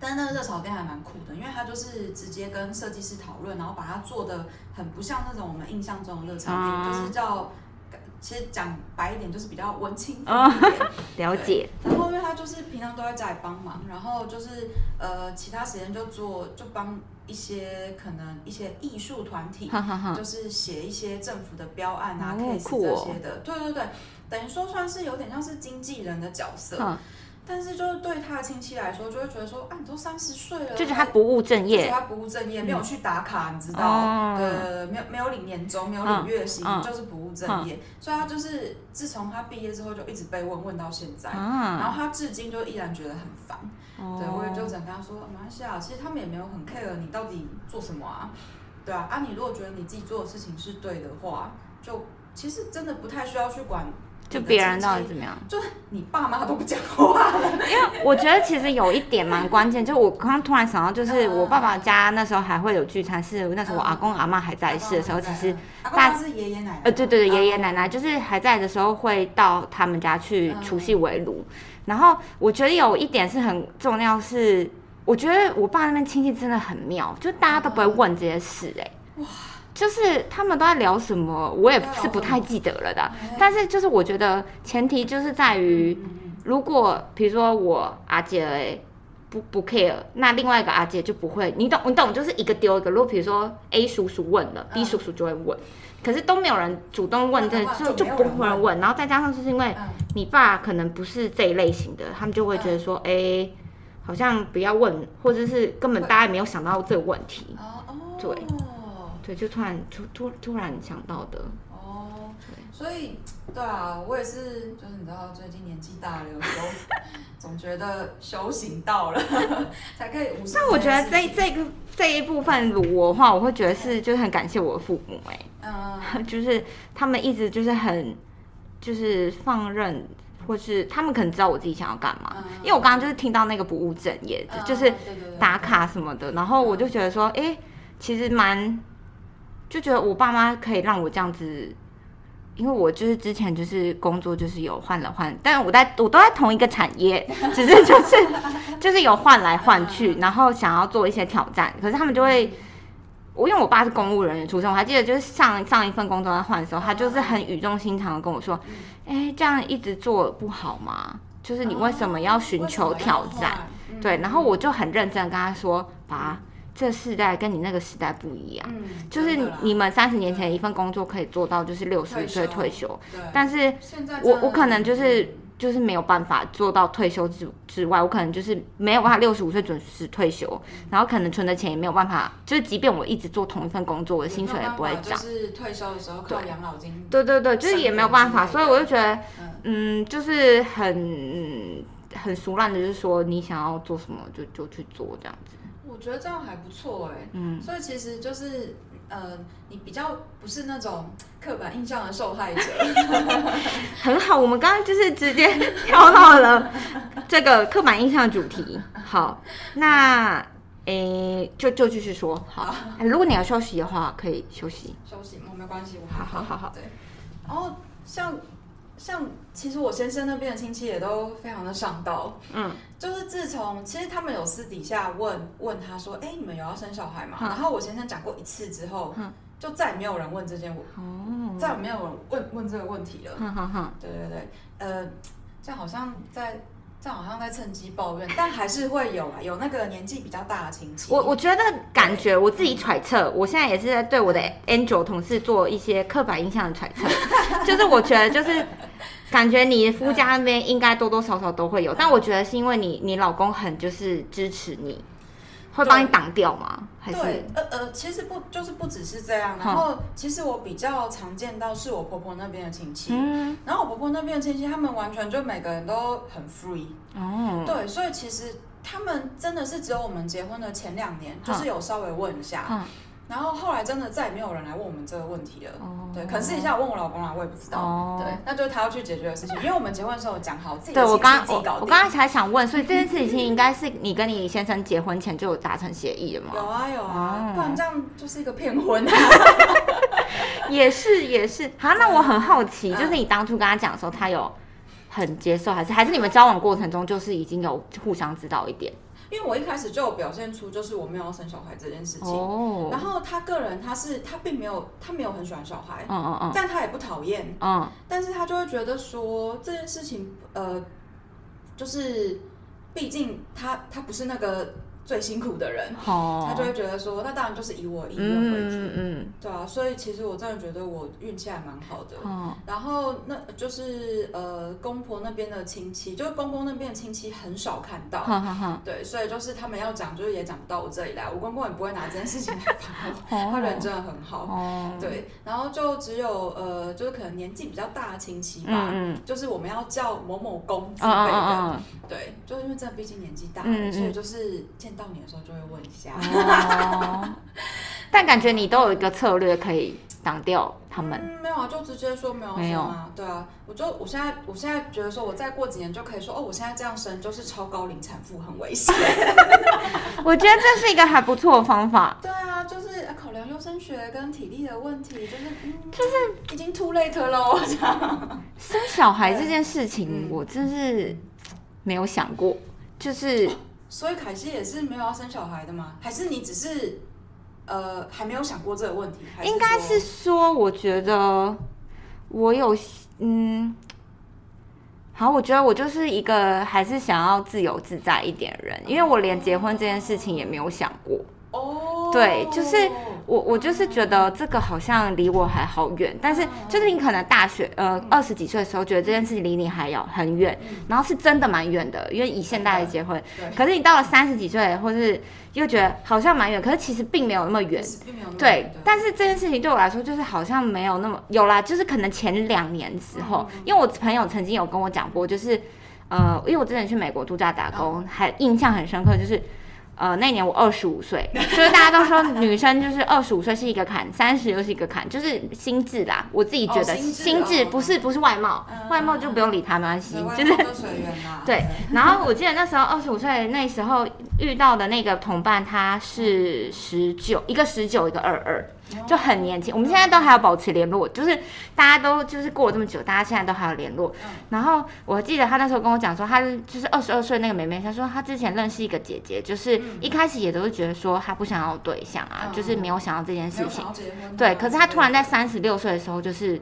S2: 但那个热炒店还蛮酷的，因为它就是直接跟设计师讨论，然后把它做的很不像那种我们印象中的热炒店，
S1: 啊
S2: 就是叫，其实讲白一点就是比较文青风一点。
S1: 嗯，了解，
S2: 然后因为他就是平常都在家里帮忙，然后就是呃其他时间就做就帮一些可能一些艺术团体，
S1: (laughs) 哈哈哈，
S2: 就是写一些政府的标案啊、
S1: 嗯哦
S2: case
S1: 酷
S2: 这
S1: 哦
S2: 些的。对对对，等于说算是有点像是经纪人的角色。
S1: 嗯
S2: 但是就是对他的亲戚来说，就会觉得说啊，你都三十岁了，
S1: 就觉得他
S2: 还
S1: 不务正
S2: 就觉得
S1: 业，
S2: (laughs) 他不务正业，没有去打卡，你知道，
S1: 哦
S2: 呃，没有没有领年终，没有领月薪，
S1: 嗯嗯
S2: 就是不务正业。所以他就是自从他毕业之后，就一直被问问到现在。然
S1: 啊，
S2: 后他至今就依然觉得很烦，对
S1: 哦
S2: 我也就只能跟他说，马来西亚啊其实他们也没有很 care 你到底做什么啊，对啊，啊你如果觉得你自己做的事情是对的话，就其实真的不太需要去管
S1: 就
S2: 你的
S1: 别人
S2: 亲
S1: 到底
S2: 戚
S1: 怎么样。 (laughs)
S2: 你爸妈都不讲话了，
S1: 我觉得其实有一点蛮关键，就我刚刚突然想到，就是
S2: 嗯
S1: 我爸爸家那时候还会有聚餐，是那时候我阿公阿妈还在世的时候，其实
S2: 阿公
S1: 大
S2: 他是爷爷奶奶，
S1: 呃对对对，
S2: 啊
S1: 爷爷奶奶就是还在的时候会到他们家去
S2: 嗯
S1: 除夕围炉，然后我觉得有一点是很重要是。我觉得我爸那边亲戚真的很妙，就大家都不会问这些事哎、就是他们都在聊什么，我也是不太记得了的。但是就是我觉得前提就是在于，
S2: 嗯
S1: 如果比如说我阿姐嘞不不 care，那另外一个阿姐就不会，你懂你懂，就是一个丢一个。如果比如说 A 叔叔问了、
S2: 嗯
S1: b 叔叔就会问，可是都没有人主动问这
S2: 那的话
S1: 就就
S2: 就没有
S1: 不
S2: 人
S1: 会有人问。然后再加上就是因为
S2: 嗯
S1: 你爸可能不是这一类型的，他们就会觉得说，哎、好像不要问，或者是根本
S2: 会
S1: 大家也没有想到这个问题。
S2: 哦哦，
S1: 对对，就突然突突突然想到的，
S2: 哦
S1: 对，
S2: 所以对啊，我也是，就是你知道，最近年纪大了，有时候总觉得修行到了 (laughs) 才可以无视件事情。
S1: 但我觉得这这个这一部分如我的话，我会觉得是就是很感谢我的父母哎、
S2: 嗯，
S1: (laughs) 就是他们一直就是很就是放任，或是他们可能知道我自己想要干嘛。
S2: 嗯
S1: 啊因为我刚刚就是听到那个不务正业的，
S2: 嗯
S1: 就是
S2: 对对对
S1: 打卡什么的，然后我就觉得说，哎、其实蛮就觉得我爸妈可以让我这样子。因为我就是之前就是工作就是有换来换，但我在我都在同一个产
S2: (laughs)
S1: 业，只是就是就是有换来换去，然后想要做一些挑战，可是他们就会我因为我爸是公务人员出身，我还记得就是上上一份工作在换的时候，他就是很语重心长的跟我说：“
S2: 嗯
S1: 哎、这样一直做不好吗？就是你为什么要寻求挑战？”？
S2: 为什么要换
S1: 对，然后我就很认真的跟他说：“爸，这世代跟你那个时代不一样，
S2: 嗯，嗯
S1: 就是
S2: 真的啦
S1: 你们三十年前一份工作可以做到就是六十
S2: 退
S1: 岁
S2: 休
S1: 退休，
S2: 对，
S1: 但是
S2: 现在
S1: 我
S2: 真的
S1: 我可能就是就是没有办法做到退休之之外，我可能就是没有办法六十五岁准时退休，然后可能存的钱也没有办法，就是即便我一直做同一份工作，我的薪水也不会
S2: 有没有办
S1: 涨
S2: 法。就是退休的时候靠养老金，
S1: 对对对，就是也没有办法，
S2: 省
S1: 所
S2: 钱之类
S1: 以
S2: 的
S1: 我就觉得，
S2: 嗯，
S1: 嗯，就是很很俗烂的，就是说你想要做什么就就去做这样子。
S2: 我觉得这样还不错哎。
S1: 嗯，
S2: 所以其实就是嗯、呃，你比较不是那种刻板印象的受害者。
S1: 很好，我们刚刚就是直接跳到 (laughs) 了这个刻板印象主题。好，那诶、就就继续说。好，诶如果你要休息的话，可以休息。
S2: 休息，我没关系，我
S1: 好好好好。
S2: 对，然后像像其实我先生那边的亲戚也都非常的上道，
S1: 嗯，
S2: 就是自从其实他们有私底下问问他说，哎、你们有要生小孩吗？然后我先生讲过一次之后，
S1: 嗯
S2: 就再也没有人问这件，
S1: 哦，嗯
S2: 再也没有人问问这个问题了。
S1: 哼哼哼，
S2: 对对对，呃，这样好像在。这样好像在趁机抱怨，但还是会有啊，有那个年纪比较大的亲戚。
S1: 我我觉得感觉我自己揣测，我现在也是在对我的 Angel 同事做一些刻板印象的揣 (laughs) 测，就是我觉得就是感觉你夫家那边应该多多少少都会有，但我觉得是因为你你老公很就是支持你，会帮你挡掉吗？还是
S2: 对，呃呃，其实不就是不只是这
S1: 嗯
S2: 样，然后其实我比较常见到是我婆婆那边的亲戚，
S1: 嗯
S2: 然后我婆婆那边的亲戚，他们完全就每个人都很 free，、
S1: 哦
S2: 对，所以其实他们真的是只有我们结婚的前两年，就是有稍微问一下，
S1: 嗯
S2: 然后后来真的再也没有人来问我们这个问题了。
S1: 哦
S2: 对，可能私底下我问我老公啦，我也不知道。
S1: 哦
S2: 对，那就是他要去解决的事情，因为我们结婚的时候有讲好自己的
S1: 对我
S2: 亲
S1: 刚
S2: 戚自
S1: 我
S2: 己搞定。
S1: 我刚才才想问，所以这件事情应该是你跟你先生结婚前就有达成协议了
S2: 有
S1: 吗？
S2: 啊有啊
S1: 哦，
S2: 不然这样就是一个骗婚啊。
S1: 也是也是，好，那我很好奇，
S2: 嗯
S1: 就是你当初跟他讲的时候，他有很接受，还是还是你们交往过程中就是已经有互相知道一点
S2: 因为我一开始就有表现出就是我没有要生小孩这件事情。
S1: 哦，
S2: 然后他个人他是他并没有他没有很喜欢小孩，
S1: 嗯嗯嗯
S2: 但他也不讨厌，
S1: 嗯
S2: 但是他就会觉得说这件事情呃，就是毕竟他他不是那个最辛苦的人，
S1: 好，
S2: 他就会觉得说那当然就是以我意愿为主，
S1: 哦嗯嗯
S2: 对啊，所以其实我真的觉得我运气还蛮好的。
S1: 嗯
S2: 然后那就是呃公婆那边的亲戚，就是公公那边的亲戚很少看到
S1: 嗯，，哈哈哈，
S2: 对，所以就是他们要讲，就是也讲不到我这里来，我公公也不会拿这件事情来
S1: (laughs)
S2: 烦我，他人真的很好。
S1: 哦，
S2: 对，然后就只有呃，就是可能年纪比较大的亲戚吧，
S1: 嗯嗯
S2: 就是我们要叫某某公之类
S1: 嗯嗯
S2: 的，
S1: 嗯
S2: 对，就是因为真的毕竟年纪大了，
S1: 嗯嗯嗯
S2: 所以就是见到你的时候就会问一下。
S1: 嗯，哦，但感觉你都有一个策略可以挡掉他们。
S2: 嗯，没有啊，就直接说没有
S1: 没
S2: 生
S1: 有
S2: 啊，对啊，我就我现在我现在觉得说，我再过几年就可以说，哦，我现在这样生就是超高龄产妇，很危险。
S1: (laughs) 我觉得这是一个还不错的方法。
S2: 对啊，就是呃考量优生学跟体力的问题，就是、嗯、就是已经 too late 哦喽，这样。
S1: 生小孩这件事情
S2: 嗯，
S1: 我真是没有想过，就是
S2: (laughs) 哦所以凯西也是没有要生小孩的吗？还是你只是呃还没有想过这个问题？还
S1: 应该是
S2: 说
S1: 说，我觉得我有嗯。好，我觉得我就是一个还是想要自由自在一点的人，因为我连结婚这件事情也没有想过。
S2: 哦，
S1: 对就是我我就是觉得这个好像离我还好远，但
S2: 哦
S1: 是就是你可能大学呃
S2: 嗯
S1: 二十几岁的时候觉得这件事情离你还要很远，然后是真的蛮远的，因为以现代的结婚
S2: 对，
S1: 可是你到了三十几岁，或是又觉得好像蛮远，可是其实并没有那么远
S2: 其。实并没有那么
S1: 对，但
S2: 是
S1: 是这件事情对我来说，就是好像没有那么有啦，就是可能前两年之
S2: 嗯
S1: 后，因为我朋友曾经有跟我讲过，就是呃，因为我之前去美国度假打
S2: 嗯
S1: 工，还印象很深刻，就是呃那年我二十五岁， (laughs) 就是大家都说女生就是二十五岁是一个坎，三十又是一个坎，就是心智啦，我自己觉得
S2: 哦心智
S1: 心智
S2: 哦
S1: 不是不是外貌，
S2: 嗯
S1: 外貌就不用理它，没关系，
S2: 外
S1: 就
S2: 貌
S1: 是
S2: 就随缘啦。
S1: 对，然后我记得那时候二十五岁，那时候遇到的那个同伴，他是十九，一个十九，一个二二，就很年轻。我们现
S2: 嗯
S1: 在都还要保持联络，就是大家都就是过了这么久，大家现在都还有联络。
S2: 嗯
S1: 然后我记得他那时候跟我讲说，他是就是二十二岁那个妹妹，她说她之前认识一个姐姐，就是一开始也都是觉得说她不想要对象啊，
S2: 嗯
S1: 就是没有想要这件
S2: 没
S1: 事
S2: 有
S1: 情
S2: 想。要结婚啊。
S1: 对，可是她突然在三十六岁的时候，就是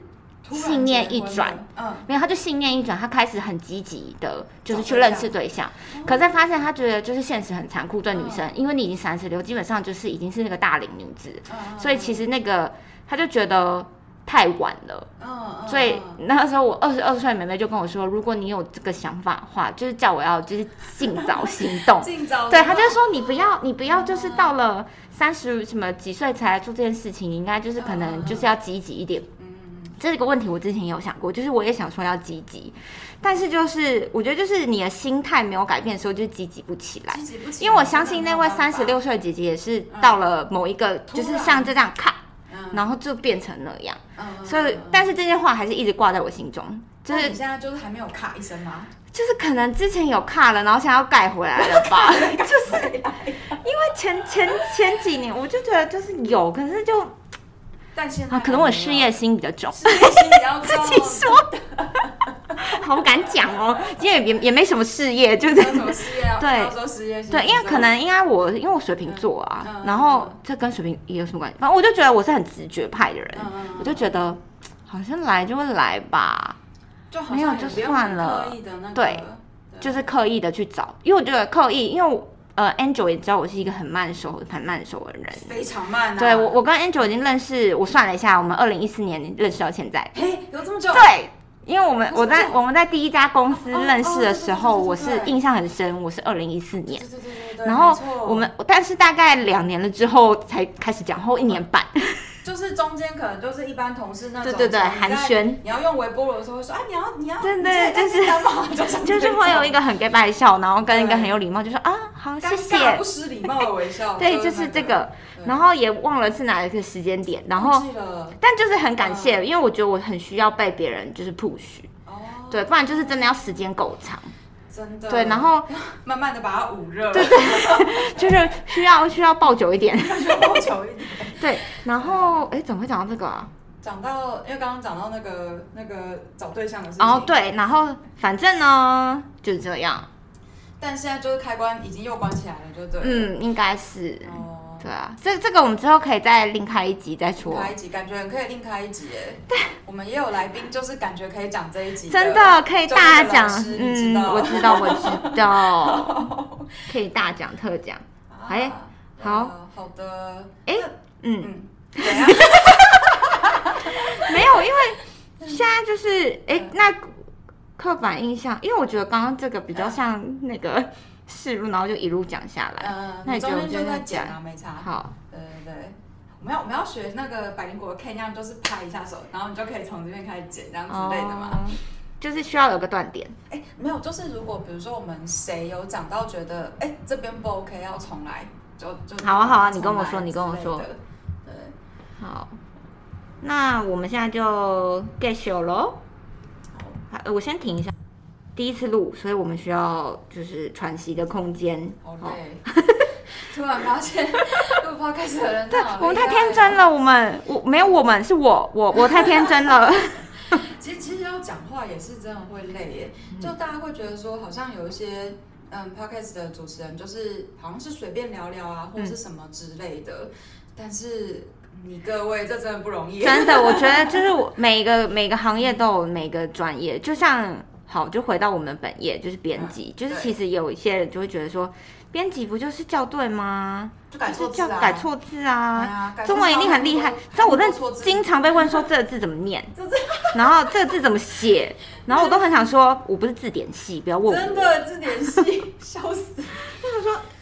S2: 突然
S1: 信念
S2: 结婚
S1: 一转
S2: 了，嗯，
S1: 没有，他就信念一转，他开始很积极的，就是
S2: 找
S1: 去
S2: 对
S1: 认识对象。
S2: 嗯
S1: 可是发现他觉得就是现实很残酷，对女生，因为你已经三十六，基本上就是已经是那个大龄女子，
S2: 嗯
S1: 所以其实那个他就觉得太晚了。
S2: 嗯嗯，
S1: 所以
S2: 嗯。
S1: 那时候我二十二岁的妹妹就跟我说，如果你有这个想法的话，就是叫我要就是尽早行动
S2: (laughs) 尽早
S1: 对，他就说你不要，你不要，就是到了三十什么几岁才来做这件事情，你应该就是可能就是要积极一点。
S2: 嗯
S1: 这个问题我之前也有想过，就是我也想说要积极，但是就是我觉得就是你的心态没有改变的时候，就积极不起来。
S2: 积极不起来
S1: 因为我相信那位
S2: 真的
S1: 三
S2: 没
S1: 十
S2: 有办法
S1: 嗯六岁的姐姐也是到了某一个，
S2: 突
S1: 就
S2: 然
S1: 是像这样咔，然后就变成那样。
S2: 嗯，
S1: 所以
S2: 嗯，
S1: 但是这些话还是一直挂在我心中，就
S2: 那
S1: 是
S2: 你现在就是还没有卡一声吗？
S1: 就是可能之前有卡了，然后现在要盖回来了吧？就是 (laughs) 因为前前前几年我就觉得就是有，可是就
S2: 但现在
S1: 啊，可能我
S2: 还没有
S1: 事业心比较重，
S2: 事业心比较重，
S1: 自己说 (laughs) 好不敢讲哦，嗯因为也也没什么事业，就是
S2: 没有什么事业啊，
S1: 对
S2: 到时候事业心
S1: 对，因为
S2: 比较
S1: 可能应该我因为我水瓶座啊，
S2: 嗯嗯
S1: 然后这跟水瓶也有什么关系？反正我就觉得我是很直觉派的人，
S2: 嗯嗯嗯
S1: 我就觉得好像来就会来吧，
S2: 就好
S1: 没有
S2: 像也
S1: 就
S2: 不用
S1: 算
S2: 很
S1: 了
S2: 刻意的那个
S1: 对，就是刻意的去找，因为我觉得刻意，因为我呃，Angel 也知道我是一个很慢熟、很慢熟的人。
S2: 非常慢啊。
S1: 对我，，我跟 Angel 已经认识，我算了一下，我们二零一四年认识到现在，
S2: 嘿，有这么久？
S1: 对，因为我们
S2: 哦
S1: 我在
S2: 这
S1: 我们在第一家公司
S2: 哦哦
S1: 认识的
S2: 对对
S1: 时
S2: 对
S1: 候，
S2: 对对
S1: 我
S2: 对
S1: 是印象很深，我是二零一四
S2: 对
S1: 年，
S2: 对对对对。
S1: 然后
S2: 没错
S1: 我们但是大概两年了之后才开始讲，后一年半，
S2: 就是中间可能就是一般同事那
S1: 对
S2: 种，
S1: 对对
S2: 你在
S1: 寒暄
S2: 你要用微波炉的时候会说，哎，你要你要，
S1: 对对
S2: 你这
S1: 就是
S2: 你
S1: (laughs)
S2: 干嘛？就是
S1: 就是会有一
S2: 个
S1: 个很 gay 拜笑，然后跟一个
S2: 对
S1: 很有礼貌，就说啊好谢
S2: 尴
S1: 谢，
S2: 尬不失礼貌的微笑。
S1: 对，
S2: 那
S1: 就是这个，
S2: 对
S1: 然后也忘了是哪一个时间点，然
S2: 忘
S1: 后
S2: 记了
S1: 但就是很感
S2: 嗯
S1: 谢，因为我觉得我很需要被别人就是 push，
S2: 哦，
S1: 对，不然就是真的要时间够长，
S2: 真的
S1: 对，然后
S2: 慢慢的把它捂热，对对， (laughs)
S1: 就是需要需要抱久一点， (laughs)
S2: 多久一点。
S1: 哦对，然后哎怎么会讲到这个啊？
S2: 讲到，因为刚刚讲到那个那个找对象的事情，
S1: 哦对，然后反正呢就是这样，
S2: 但现在就是开关已经又关起来了，就对了，
S1: 嗯，应该是，
S2: 哦，
S1: 对啊，这这个我们之后可以再另开一集再说
S2: 另。开一集，感觉可以另开一集耶。对，我们也有来宾，就是感觉可以讲这一集，
S1: 真
S2: (laughs)
S1: 的可以大讲
S2: 就那，个老师你知
S1: 嗯，
S2: 道
S1: 我知道，我知
S2: (laughs)
S1: 道，可以大讲特讲，
S2: 啊
S1: 哎好
S2: 呃好的，
S1: 哎嗯，
S2: 嗯，怎样？
S1: 没有，因为现在就是哎、诶那刻板印象，因为我觉得刚刚这个比较像那个试录，然后就一路讲下来。
S2: 嗯，
S1: (laughs) 那
S2: 你
S1: 你觉得
S2: 中间就在
S1: 我觉得
S2: 讲啊，没差。
S1: 好，
S2: 对对对，我们要我们要学那个百灵果的 K 那样，就是拍一下手，然后你就可以从这边开始剪，这样之类的嘛。
S1: 哦就是需要有个断点。
S2: 哎、没有，就是如果比如说我们谁有讲到觉得哎、这边不 OK 要重来，就就
S1: 好啊好啊你
S2: 重
S1: 跟我
S2: 来
S1: 说你
S2: 之
S1: 跟我
S2: 类
S1: 说
S2: 的，对，
S1: 好，那我们现在就 get show 喽。
S2: 好
S1: 好呃我先停一下，第一次录，所以我们需要就是喘息的空间。
S2: 好
S1: 哦
S2: 累。突然发现录 podcast 的
S1: (laughs)
S2: 人
S1: 对
S2: 好，
S1: 哦我们
S2: 厉
S1: 太天
S2: 害
S1: 真了，我们我没有我们是我我我太天真了。
S2: 其实其实要讲话也是真的会累耶，
S1: 嗯
S2: 就大家会觉得说好像有一些嗯 podcast 的主持人就是好像是随便聊聊啊，或是什么之类
S1: 嗯
S2: 的，但是你各位这真的不容易。
S1: (laughs) 真的，我觉得就是我每个每个行业都有每个专业，就像好，就回到我们本业，就是编辑，
S2: 嗯
S1: 就是
S2: 对
S1: 其实有一些人就会觉得说，编辑不就是校对吗？
S2: 就改
S1: 就
S2: 错
S1: 是
S2: 字
S1: 校
S2: 啊，
S1: 改错字啊。
S2: 啊，改错
S1: 中文一定很厉害
S2: 字啊，
S1: 知道我真
S2: 改错
S1: 的
S2: 字
S1: 经常被问说这个字怎么
S2: (laughs)
S1: 念
S2: 这，
S1: 然后这个字怎么写，然后我都很想说，我不是字典系，不要问
S2: 真
S1: 我。
S2: 的字典系，笑死！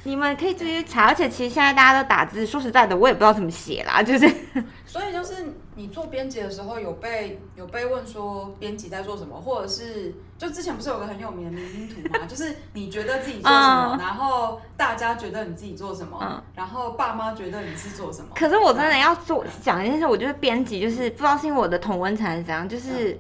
S1: 你们可以自己去查，而且其实现在大家都打字，说实在的，我也不知道怎么写啦，就是
S2: (laughs) 所以就是你做编辑的时候，有被有被问说编辑在做什么，或者是就之前不是有个很有名的明星图 (laughs) 吗？就是你觉得自己做什么，然后大家觉得你自己做什么，
S1: 嗯
S2: 然后爸妈觉得你是做什么。
S1: 可是我真的要做讲一件事，我觉得编辑就是不知道是因为我的同温层还是怎样，就是，
S2: 嗯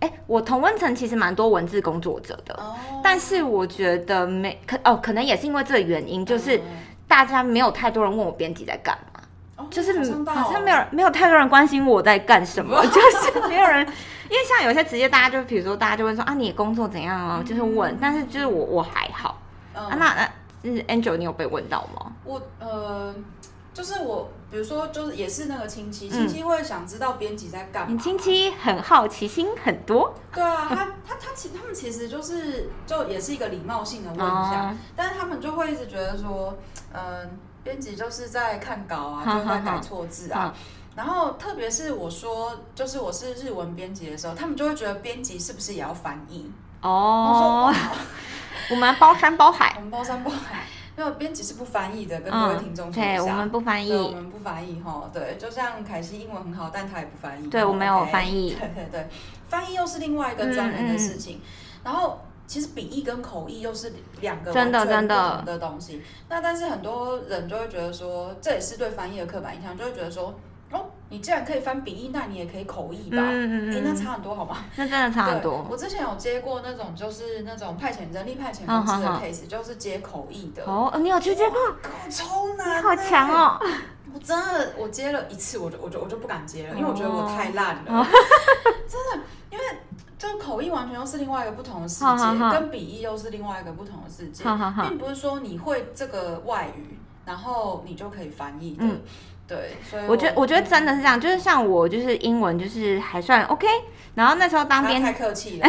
S1: 哎、我同温层其实蛮多文字工作者的，
S2: 哦
S1: 但是我觉得没可哦，可能也是因为这个原因，就是
S2: 嗯
S1: 大家没有太多人问我编辑在干嘛，
S2: 哦
S1: 就是
S2: 好像到
S1: 好像没有人没有太多人关心我在干什么，就是没有人， (laughs) 因为像有些职业，大家就比如说大家就问说啊，你工作怎样啊，就是问，但是就是我我还好、
S2: 嗯
S1: 啊，那那就是 Angel，你有被问到吗？
S2: 我呃，就是我，比如说就是也是那个亲戚，
S1: 嗯
S2: 亲戚会想知道编辑在干嘛。
S1: 你亲戚很好奇心很多，
S2: 对啊，他他他其他们其实就是就也是一个礼貌性的问一下，
S1: 哦
S2: 但是他们就会一直觉得说，嗯、编辑就是在看稿啊，
S1: 好
S2: 就是在
S1: 好好
S2: 改错字啊。然后特别是我说就是我是日文编辑的时候，他们就会觉得编辑是不是也要翻译？
S1: 哦
S2: 我说，
S1: 我们包山包海，
S2: 我们包山包海，没有编辑是不翻译的，跟各位听众
S1: 嗯，
S2: 说一
S1: 对，
S2: 下。
S1: 我们不翻
S2: 对，我
S1: 译，
S2: 们不翻译哈，对，就像凯西英文很好，但她也不翻译。
S1: 对我没有翻
S2: 译。
S1: 译
S2: (laughs)
S1: 嗯
S2: 对，对对，翻译又是另外一个专门的事情。然后其实笔译跟口译又是两个
S1: 真的
S2: 完全
S1: 真的
S2: 不同的东西。那但是很多人就会觉得说，这也是对翻译的刻板印象，就会觉得说，哦，你既然可以翻笔译，那你也可以口译吧？哎、
S1: 嗯嗯
S2: 那
S1: 嗯，
S2: 差很多好吗？
S1: 那真的差很
S2: 对
S1: 多。
S2: 我之前有接过那种就是那种派遣人力派遣公司
S1: 嗯
S2: 的
S1: 好好
S2: case，、就是接口译的，
S1: 哦，你有去接过？
S2: 靠超难、
S1: 你
S2: 欸
S1: 好强！哦！
S2: 我真的，我接了一次，我就我就我就不敢接了，因为我觉得我太烂了，
S1: 哦
S2: (laughs) 真的，因为就口译完全又是另外一个不同的世
S1: 好好
S2: 界，
S1: 好
S2: 跟笔译又是另外一个不同的世界，
S1: 好好好，
S2: 并不是说你会这个外语，然后你就可以翻译的，
S1: 嗯
S2: 对，所以嗯
S1: 我觉得我觉得真的是这样，就是像我就是英文就是还算 OK，然后那时候当
S2: 不要
S1: 编
S2: 太客
S1: (laughs)
S2: 气了，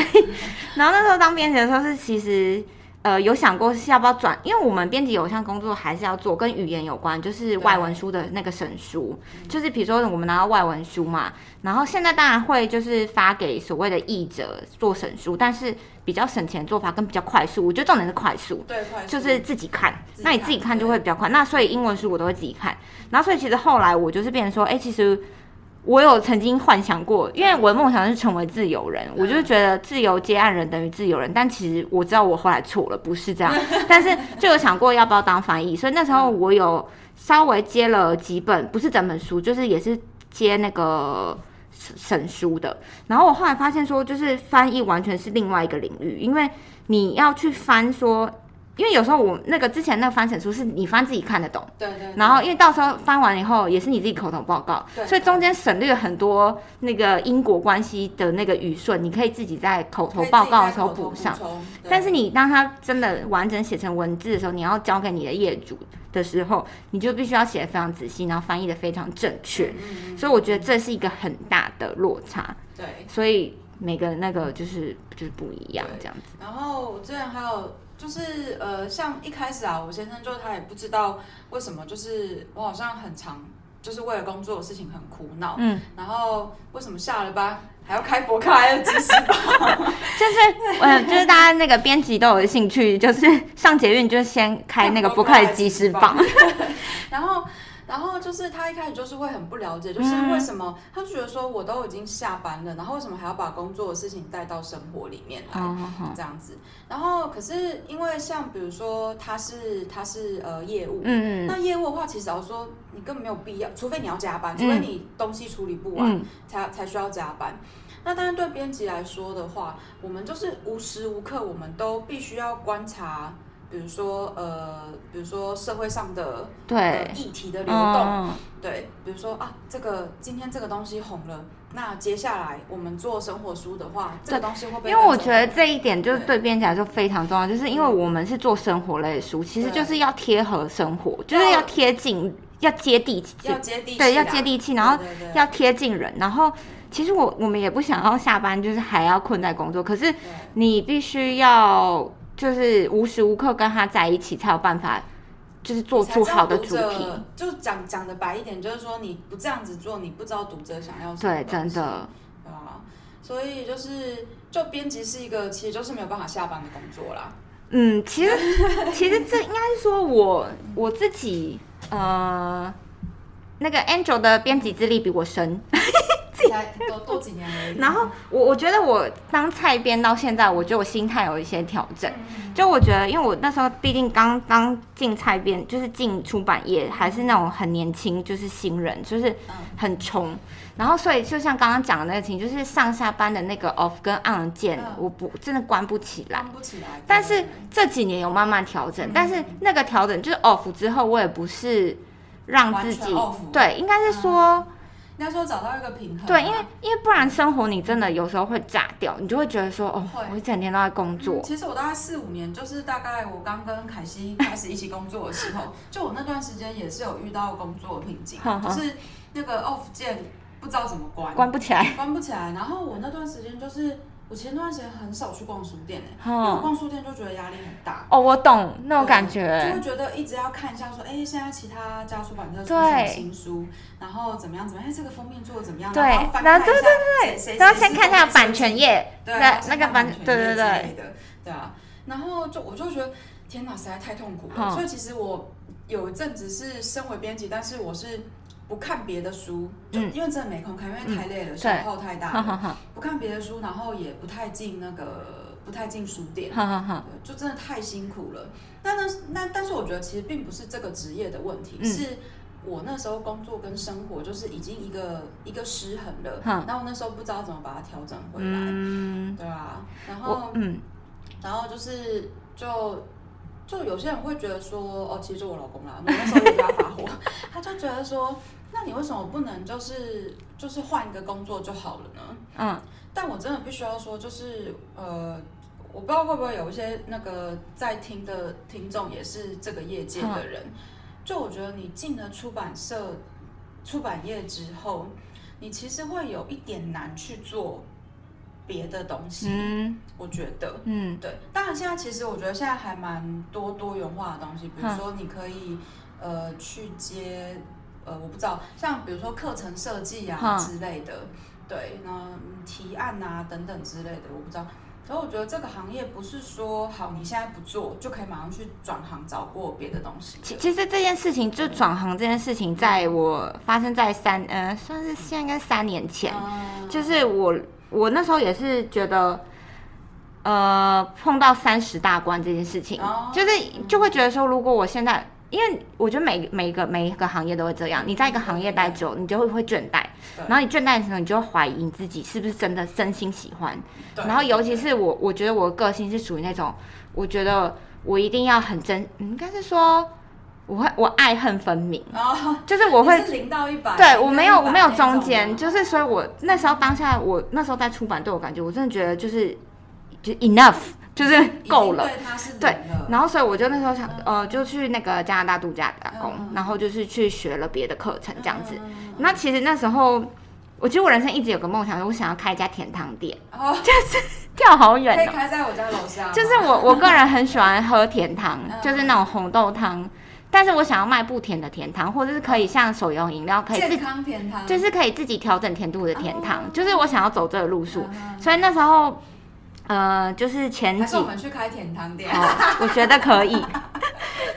S1: 然后那时候当编辑的时候是其实。呃，有想过是要不要转？因为我们编辑有一项工作还是要做跟语言有关，就是外文书的那个审书，就是比如说我们拿到外文书嘛，然后现在当然会就是发给所谓的译者做审书，但是比较省钱的做法跟比较快速，我觉得重点是快速，
S2: 对，快速
S1: 就是自己看，
S2: 自己看
S1: 那你自己看就会比较快。那所以英文书我都会自己看，然后所以其实后来我就是变成说，哎、其实我有曾经幻想过，因为我的梦想是成为自由
S2: 嗯
S1: 人，我就觉得自由接案人等于自由人，但其实我知道我后来错了，不是
S2: (laughs)
S1: 这样，但是就有想过要不要当翻译，所以那时候
S2: 嗯
S1: 我有稍微接了几本，不是整本书，就是也是接那个。审书的，然后我后来发现说，就是翻译完全是另外一个领域，因为你要去翻说，因为有时候我那个之前那个翻审书是你翻自己看得懂，
S2: 对对对，
S1: 然后因为到时候翻完以后也是你自己口头报告，
S2: 对
S1: 所以中间省略很多那个因果关系的那个语顺，你可以自己在口头报告的时候补上。
S2: 可以自己再口头补充，对
S1: 但是你当它真的完整写成文字的时候，你要交给你的业主的时候，你就必须要写的非常仔细，然后翻译的非常正确。
S2: 嗯
S1: 所以我觉得这是一个很大的落差，
S2: 对。
S1: 所以每个那个就是就是不一样这样子。
S2: 然后我之前还有就是呃，像一开始啊，我先生就他也不知道为什么，就是我好像很常就是为了工作的事情很苦恼，
S1: 嗯，
S2: 然后为什么下了班还要开博客来的即时报？
S1: 就是，嗯，就是大家那个编辑都有兴趣，就是上捷运就先开那个博客的即时榜，
S2: (laughs) 哦然后。然后就是他一开始就是会很不了解，就是为什么他就觉得说我都已经下班了，然后为什么还要把工作的事情带到生活里面来？
S1: 哦，好
S2: 这样子。然后可是因为像比如说他是他是呃业务，
S1: 嗯
S2: 那业务的话，其实我说你根本没有必要，除非你要加班，除非你东西处理不完，
S1: 嗯，
S2: 才才需要加班。那当然，对编辑来说的话，我们就是无时无刻我们都必须要观察，比如说呃，比如说社会上的呃
S1: 对，
S2: 议题的流动，
S1: 嗯，
S2: 对，比如说啊，这个今天这个东西红了，那接下来我们做生活书的话，这个东西会不会
S1: 因为我
S2: 跟着
S1: 觉得这一点就是对编辑来说非常重要，就是因为我们是做生活类的书，其实就是要贴合生活，就是要贴近，要接地气
S2: 要，接地气啦，
S1: 对，要接地气，然后
S2: 对对对
S1: 要贴近人，然后其实我我们也不想要下班就是还要困在工作，可是
S2: 对
S1: 你必须要就是无时无刻跟他在一起，才有办法就是做出好的主
S2: 才知
S1: 题
S2: 道。读者就讲讲的白一点，就是说你不这样子做，你不知道读者想要什么。
S1: 对，真，的，
S2: 对啊。所以就是，就编辑是一个，其实就是没有办法下班的工作
S1: (laughs)
S2: 啦。
S1: 嗯，其
S2: (laughs)
S1: 实其实这应该是说我我自己呃，那个 Angel 的编辑资历比我深，
S2: 才多多几年而
S1: (laughs)
S2: 已。
S1: 然后我我觉得我当菜编到现在，我觉得我心态有一些调整。
S2: 嗯，
S1: 就我觉得，因为我那时候毕竟刚刚进菜编，就是进出版业，还是那种很年轻，就是新人，就是
S2: 嗯
S1: 很冲。然后所以就像刚刚讲的那个情，就是上下班的那个 off 跟 on 键
S2: 嗯，
S1: 我不真的关不起来。
S2: 忙不起来。
S1: 但是这几年有慢慢调
S2: 嗯
S1: 整，但是那个调整就是 off 之后，我也不是让自己
S2: 完全 off 嗯
S1: 对，应该是说。
S2: 应该说找到一个平衡啊。
S1: 对，因为因为不然生活你真的有时候会炸掉，你就会觉得说哦
S2: 会，
S1: 我一整天都在工作，
S2: 嗯其实我大概四五年，就是大概我刚跟凯西开始一起工作的时候， (laughs) 就我那段时间也是有遇到工作瓶颈
S1: 哼
S2: 啊，就
S1: 哼
S2: 是那个 off 键不知道怎么关，
S1: 关不起来。
S2: 关不起来。然后我那段时间就是，我前段时间很少去逛书店诶、因为我
S1: 哦
S2: 逛书店就觉得压力很大，
S1: 哦，我懂那种
S2: 对
S1: 感
S2: 就
S1: 觉
S2: 会，觉得一直要看一下说，哎、现在其他家出版社出
S1: 对
S2: 什么新书，然后怎么样怎么样，哎、这个封面做的怎么样，
S1: 对
S2: 然后翻看
S1: 然
S2: 一
S1: 后
S2: 下
S1: 对
S2: 谁谁
S1: 然后
S2: 谁
S1: 先
S2: 是
S1: 看一下
S2: 封面
S1: 版
S2: 设
S1: 权
S2: 计
S1: 页，
S2: 对，
S1: 那
S2: 然后先
S1: 那个
S2: 看
S1: 版
S2: 版权
S1: 对
S2: 页
S1: 对
S2: 之
S1: 对
S2: 类的，对啊。然后就我就觉得，天哪，实在太痛苦了。
S1: 嗯
S2: 所以其实我有一阵子是身为编辑，但是我是不看别的书，就
S1: 嗯
S2: 因为真的没空看，因为太累了，
S1: 对
S2: 消耗太大
S1: 哈
S2: 了，
S1: 哈哈
S2: 不看别的书，然后也不太进那个，不太进书店。
S1: 哈哈哈，
S2: 对就真的太辛苦了。但呢，那但是我觉得其实并不是这个职业的问题，
S1: 嗯
S2: 是我那时候工作跟生活就是已经一个一个失衡了，
S1: 哼
S2: 然后我那时候不知道怎么把它调整回来，
S1: 嗯，
S2: 对啊，然
S1: 我
S2: 后
S1: 嗯
S2: 然后就是就就有些人会觉得说，哦，其实就我老公啦，那时候我给他发火，他就觉得说，那你为什么不能就是就是换一个工作就好了呢？
S1: 嗯
S2: 但我真的必须要说，就是呃，我不知道会不会有一些那个在听的听众也是这个业界的人，就我觉得你进了出版社、出版业之后，你其实会有一点难去做别的东西，
S1: 嗯
S2: 我觉得。
S1: 嗯
S2: 对，当然现在其实我觉得现在还蛮多多元化的东西，比如
S1: 嗯
S2: 说你可以呃去接呃我不知道，像比如说课程设计啊
S1: 嗯
S2: 之类的，对，那嗯提案啊等等之类的，我不知道。可是我觉得这个行业不是说好你现在不做就可以马上去转行找过别的东西
S1: 其
S2: 的。
S1: 其实这件事情，就转行这件事情，在我发生在三，呃，算是现在应该三年前，
S2: 嗯
S1: 就是我我那时候也是觉得，呃，碰到三十大关这件事情，
S2: 哦
S1: 就是就会觉得说，如果我现在，因为我觉得每每一个每一个行业都会这样，你在一个行业待久，你就会会倦怠，
S2: 对
S1: 然后你倦怠的时候，你就会怀疑你自己是不是真的真心喜欢，
S2: 对
S1: 然后尤其是我，我觉得我的个性是属于那种，我觉得我一定要很真，嗯应该是说我会我爱恨分明，
S2: 哦，
S1: 就是我会
S2: (laughs) 你是零到一百，
S1: 对我没有
S2: 零到
S1: 我没有
S2: 100
S1: 中
S2: 那
S1: 间，
S2: 种的
S1: 就是所以我那时候当下我那时候在出版对我感觉，我真的觉得就是就 enough 就是够了
S2: 一。定对他是零
S1: 对
S2: 了，
S1: 然后，所以我就那时候想，呃，就去那个加拿大度假打工，
S2: 嗯嗯
S1: 然后就是去学了别的课程这样子。
S2: 嗯，嗯嗯
S1: 那其实那时候，我觉得我人生一直有个梦想，我想要开一家甜汤店，(laughs)
S2: 然后
S1: 跳好远
S2: 可以
S1: 哦。
S2: 开在我家楼下吗，
S1: 就是我我个人很喜欢喝甜汤
S2: 嗯，
S1: 就是那种红豆汤，但是我想要卖不甜的甜汤，或者是可以像手摇饮料可以自
S2: 健康甜汤，
S1: 就是可以自己调整甜度的甜汤，
S2: 哦
S1: 就是我想要走这个路数，
S2: 嗯
S1: 所以那时候，呃，就是前
S2: 还
S1: 几
S2: 是，我们去开甜汤店，
S1: 哦，我觉得可
S2: (laughs)
S1: 以。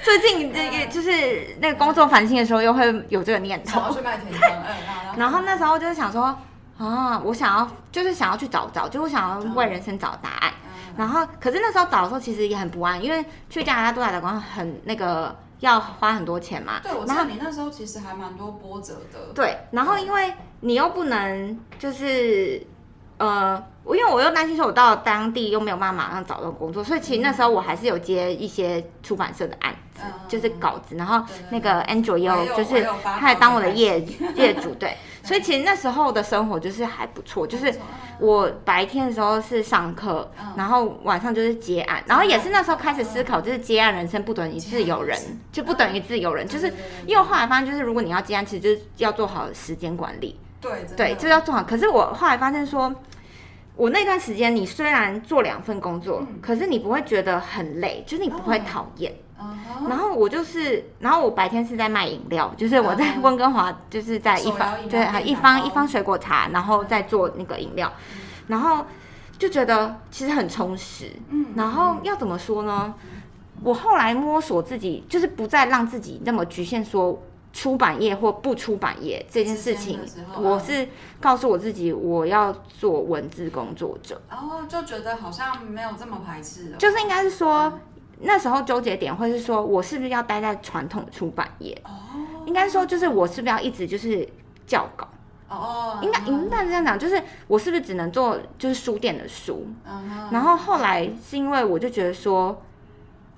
S1: 最近那个
S2: 嗯
S1: 就是那个工作烦心的时候，又会有这个念
S2: (laughs) 想要
S1: 头。
S2: 去卖甜汤，嗯，好
S1: 然后那时候就是想说，啊，我想要就是想要去找找，就我想要为人生找答案。
S2: 嗯
S1: 然后，可是那时候找的时候，其实也很不安，因为去加拿大度假打工很那个要花很多钱嘛。
S2: 对，我知
S1: 然后
S2: 道你那时候其实还蛮多波折的，
S1: 对，然后因为你又不能就是呃，我因为我又担心说我到当地又没有办法马上找到工作，所以其实那时候我还是有接一些出版社的案子，
S2: 嗯
S1: 就是稿子，然后
S2: 对对
S1: 那个 Angel 也
S2: 我
S1: 有
S2: 有
S1: 就
S2: 我
S1: 是
S2: 有发
S1: 他也当我的
S2: 稿给
S1: 业业主，对，所以其实那时候的生活就是还不错，就是。我白天的时候是上课，
S2: 嗯
S1: 然后晚上就是接案，然后也是那时候开始思考，就是接案人生不等于自由人
S2: 接案人生，
S1: 就不等于自由人，就是
S2: 对对对对
S1: 因为我后来发现，就是如果你要接案，其实就是要做好时间管理，
S2: 对真
S1: 对，
S2: 的
S1: 就是要做好。可是我后来发现说，我那段时间你虽然做两份工作，
S2: 嗯
S1: 可是你不会觉得很累，就是你不会讨厌。
S2: 嗯哼
S1: 然后我就是，然后我白天是在卖饮料，就是我在
S2: 嗯
S1: 温哥华，就是在一
S2: 手摇
S1: 方
S2: 饮
S1: 对
S2: 料店嗯
S1: 啊
S2: 嘛
S1: 一方
S2: 哦
S1: 一方水果茶，然后再做那个饮料，然后就觉得其实很充实。
S2: 嗯
S1: 然后要怎么说呢？我后来摸索自己，就是不再让自己那么局限，说出版业或不出版业这件事情
S2: 之间的时，候嗯
S1: 我是告诉我自己，我要做文字工作者，
S2: 然后哦就觉得好像没有这么排斥了，
S1: 就是应该是说。那时候纠结点会是说，我是不是要待在传统出版业？
S2: 哦
S1: 应该说，就是我是不是要一直就是校稿？
S2: 哦，
S1: 应该应
S2: 嗯
S1: 该是这样讲，就是我是不是只能做就是书店的书？
S2: 嗯哼
S1: 然后后来是因为我就觉得说，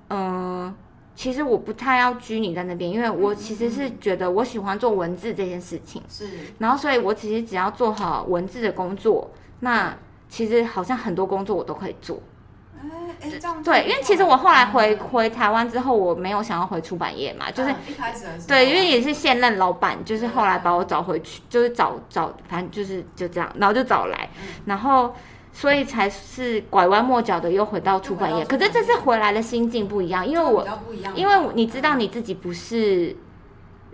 S1: 嗯、其实我不太要拘泥在那边，因为
S2: 嗯
S1: 我其实是觉得我喜欢做文字这件事情，
S2: 是
S1: 然后所以我其实只要做好文字的工作，
S2: 嗯
S1: 那其实好像很多工作我都可以做。
S2: 哎哎这样
S1: 对，因为其实我后来回
S2: 嗯
S1: 回台湾之后，我没有想要回出版业嘛，就是。
S2: 嗯一开始的时候
S1: 对，因为也是现任老板，就是后来把我找回去，就是找找，反正就是就这样，然后就找来，然后所以才是拐弯抹角的又回到出版业。
S2: 又回到
S1: 可
S2: 出版
S1: 是
S2: 业
S1: 这次回来的心境不一样，因为
S2: 就比
S1: 我
S2: 较不一样
S1: 因为你知道你自己不是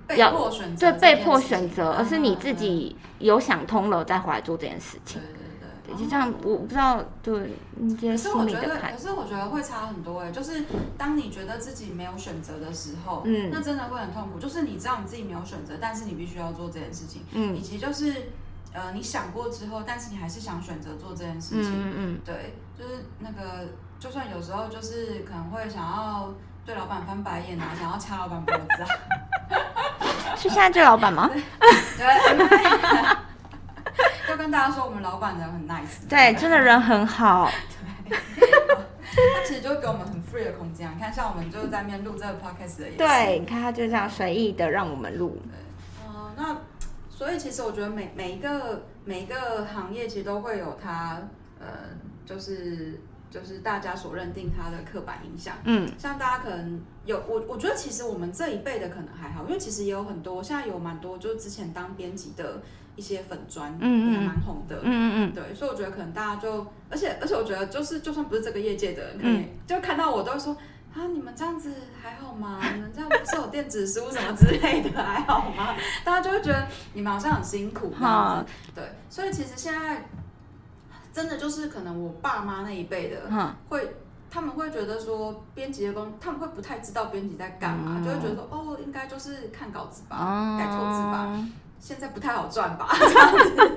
S2: 被
S1: 要
S2: 迫选
S1: 对
S2: 择这
S1: 被
S2: 件
S1: 迫
S2: 事
S1: 选
S2: 情
S1: 择，而是你自。
S2: 嗯嗯嗯
S1: 己有想通了再回来做这件事情
S2: 对。对
S1: 对
S2: 对，
S1: 就这样，我不知道对你觉
S2: 可
S1: 得
S2: 是我
S1: 心里
S2: 觉
S1: 的
S2: 得，
S1: 看
S2: 可，是我觉得会差很多哎、就是当你觉得自己没有选择的时候，
S1: 嗯
S2: 那真的会很痛苦。就是你知道你自己没有选择，但是你必须要做这件事情，以
S1: 嗯
S2: 及就是呃，你想过之后，但是你还是想选择做这件事
S1: 嗯
S2: 情。
S1: 嗯嗯，
S2: 对，就是那个，就算有时候就是 (laughs) 可能会想要对老板翻白眼啊，想要掐老板脖子啊，
S1: 是现在这个老板吗？
S2: (laughs) 对， (laughs) 要跟大家说，我们老板人很 nice。
S1: 对，真的人很好。
S2: 他其实就给我们很 free 的空间啊。你看，像我们就是在面录这个 podcast 的也是。
S1: 对，你看他就这样随意的让我们录。
S2: 哦，那所以其实我觉得每每一个每一个行业其实都会有它，呃，就是就是大家所认定它的刻板印象。
S1: 嗯，
S2: 像大家可能有我，我觉得其实我们这一辈的可能还好，因为其实也有很多现在有蛮多就是之前当编辑的一些粉砖，
S1: 嗯嗯
S2: 也还蛮红的。
S1: 嗯嗯
S2: 对，所以我觉得可能大家就，而且而且我觉得就是，就算不是这个业界的人，可
S1: 嗯
S2: 能也就看到我都会说啊，你们这样子还好吗？你们这样不是有电子书什么之类的，还好吗？大家就会觉得你们好像很辛苦这样子。对，所以其实现在真的就是可能我爸妈那一辈的
S1: 嗯，哼，
S2: 会。他们会觉得说编辑的工，他们会不太知道编辑在干嘛，
S1: 嗯
S2: 就会觉得说哦，应该就是看稿子吧，
S1: 哦
S2: 改错字吧，现在不太好
S1: (laughs)
S2: 赚吧，这样子。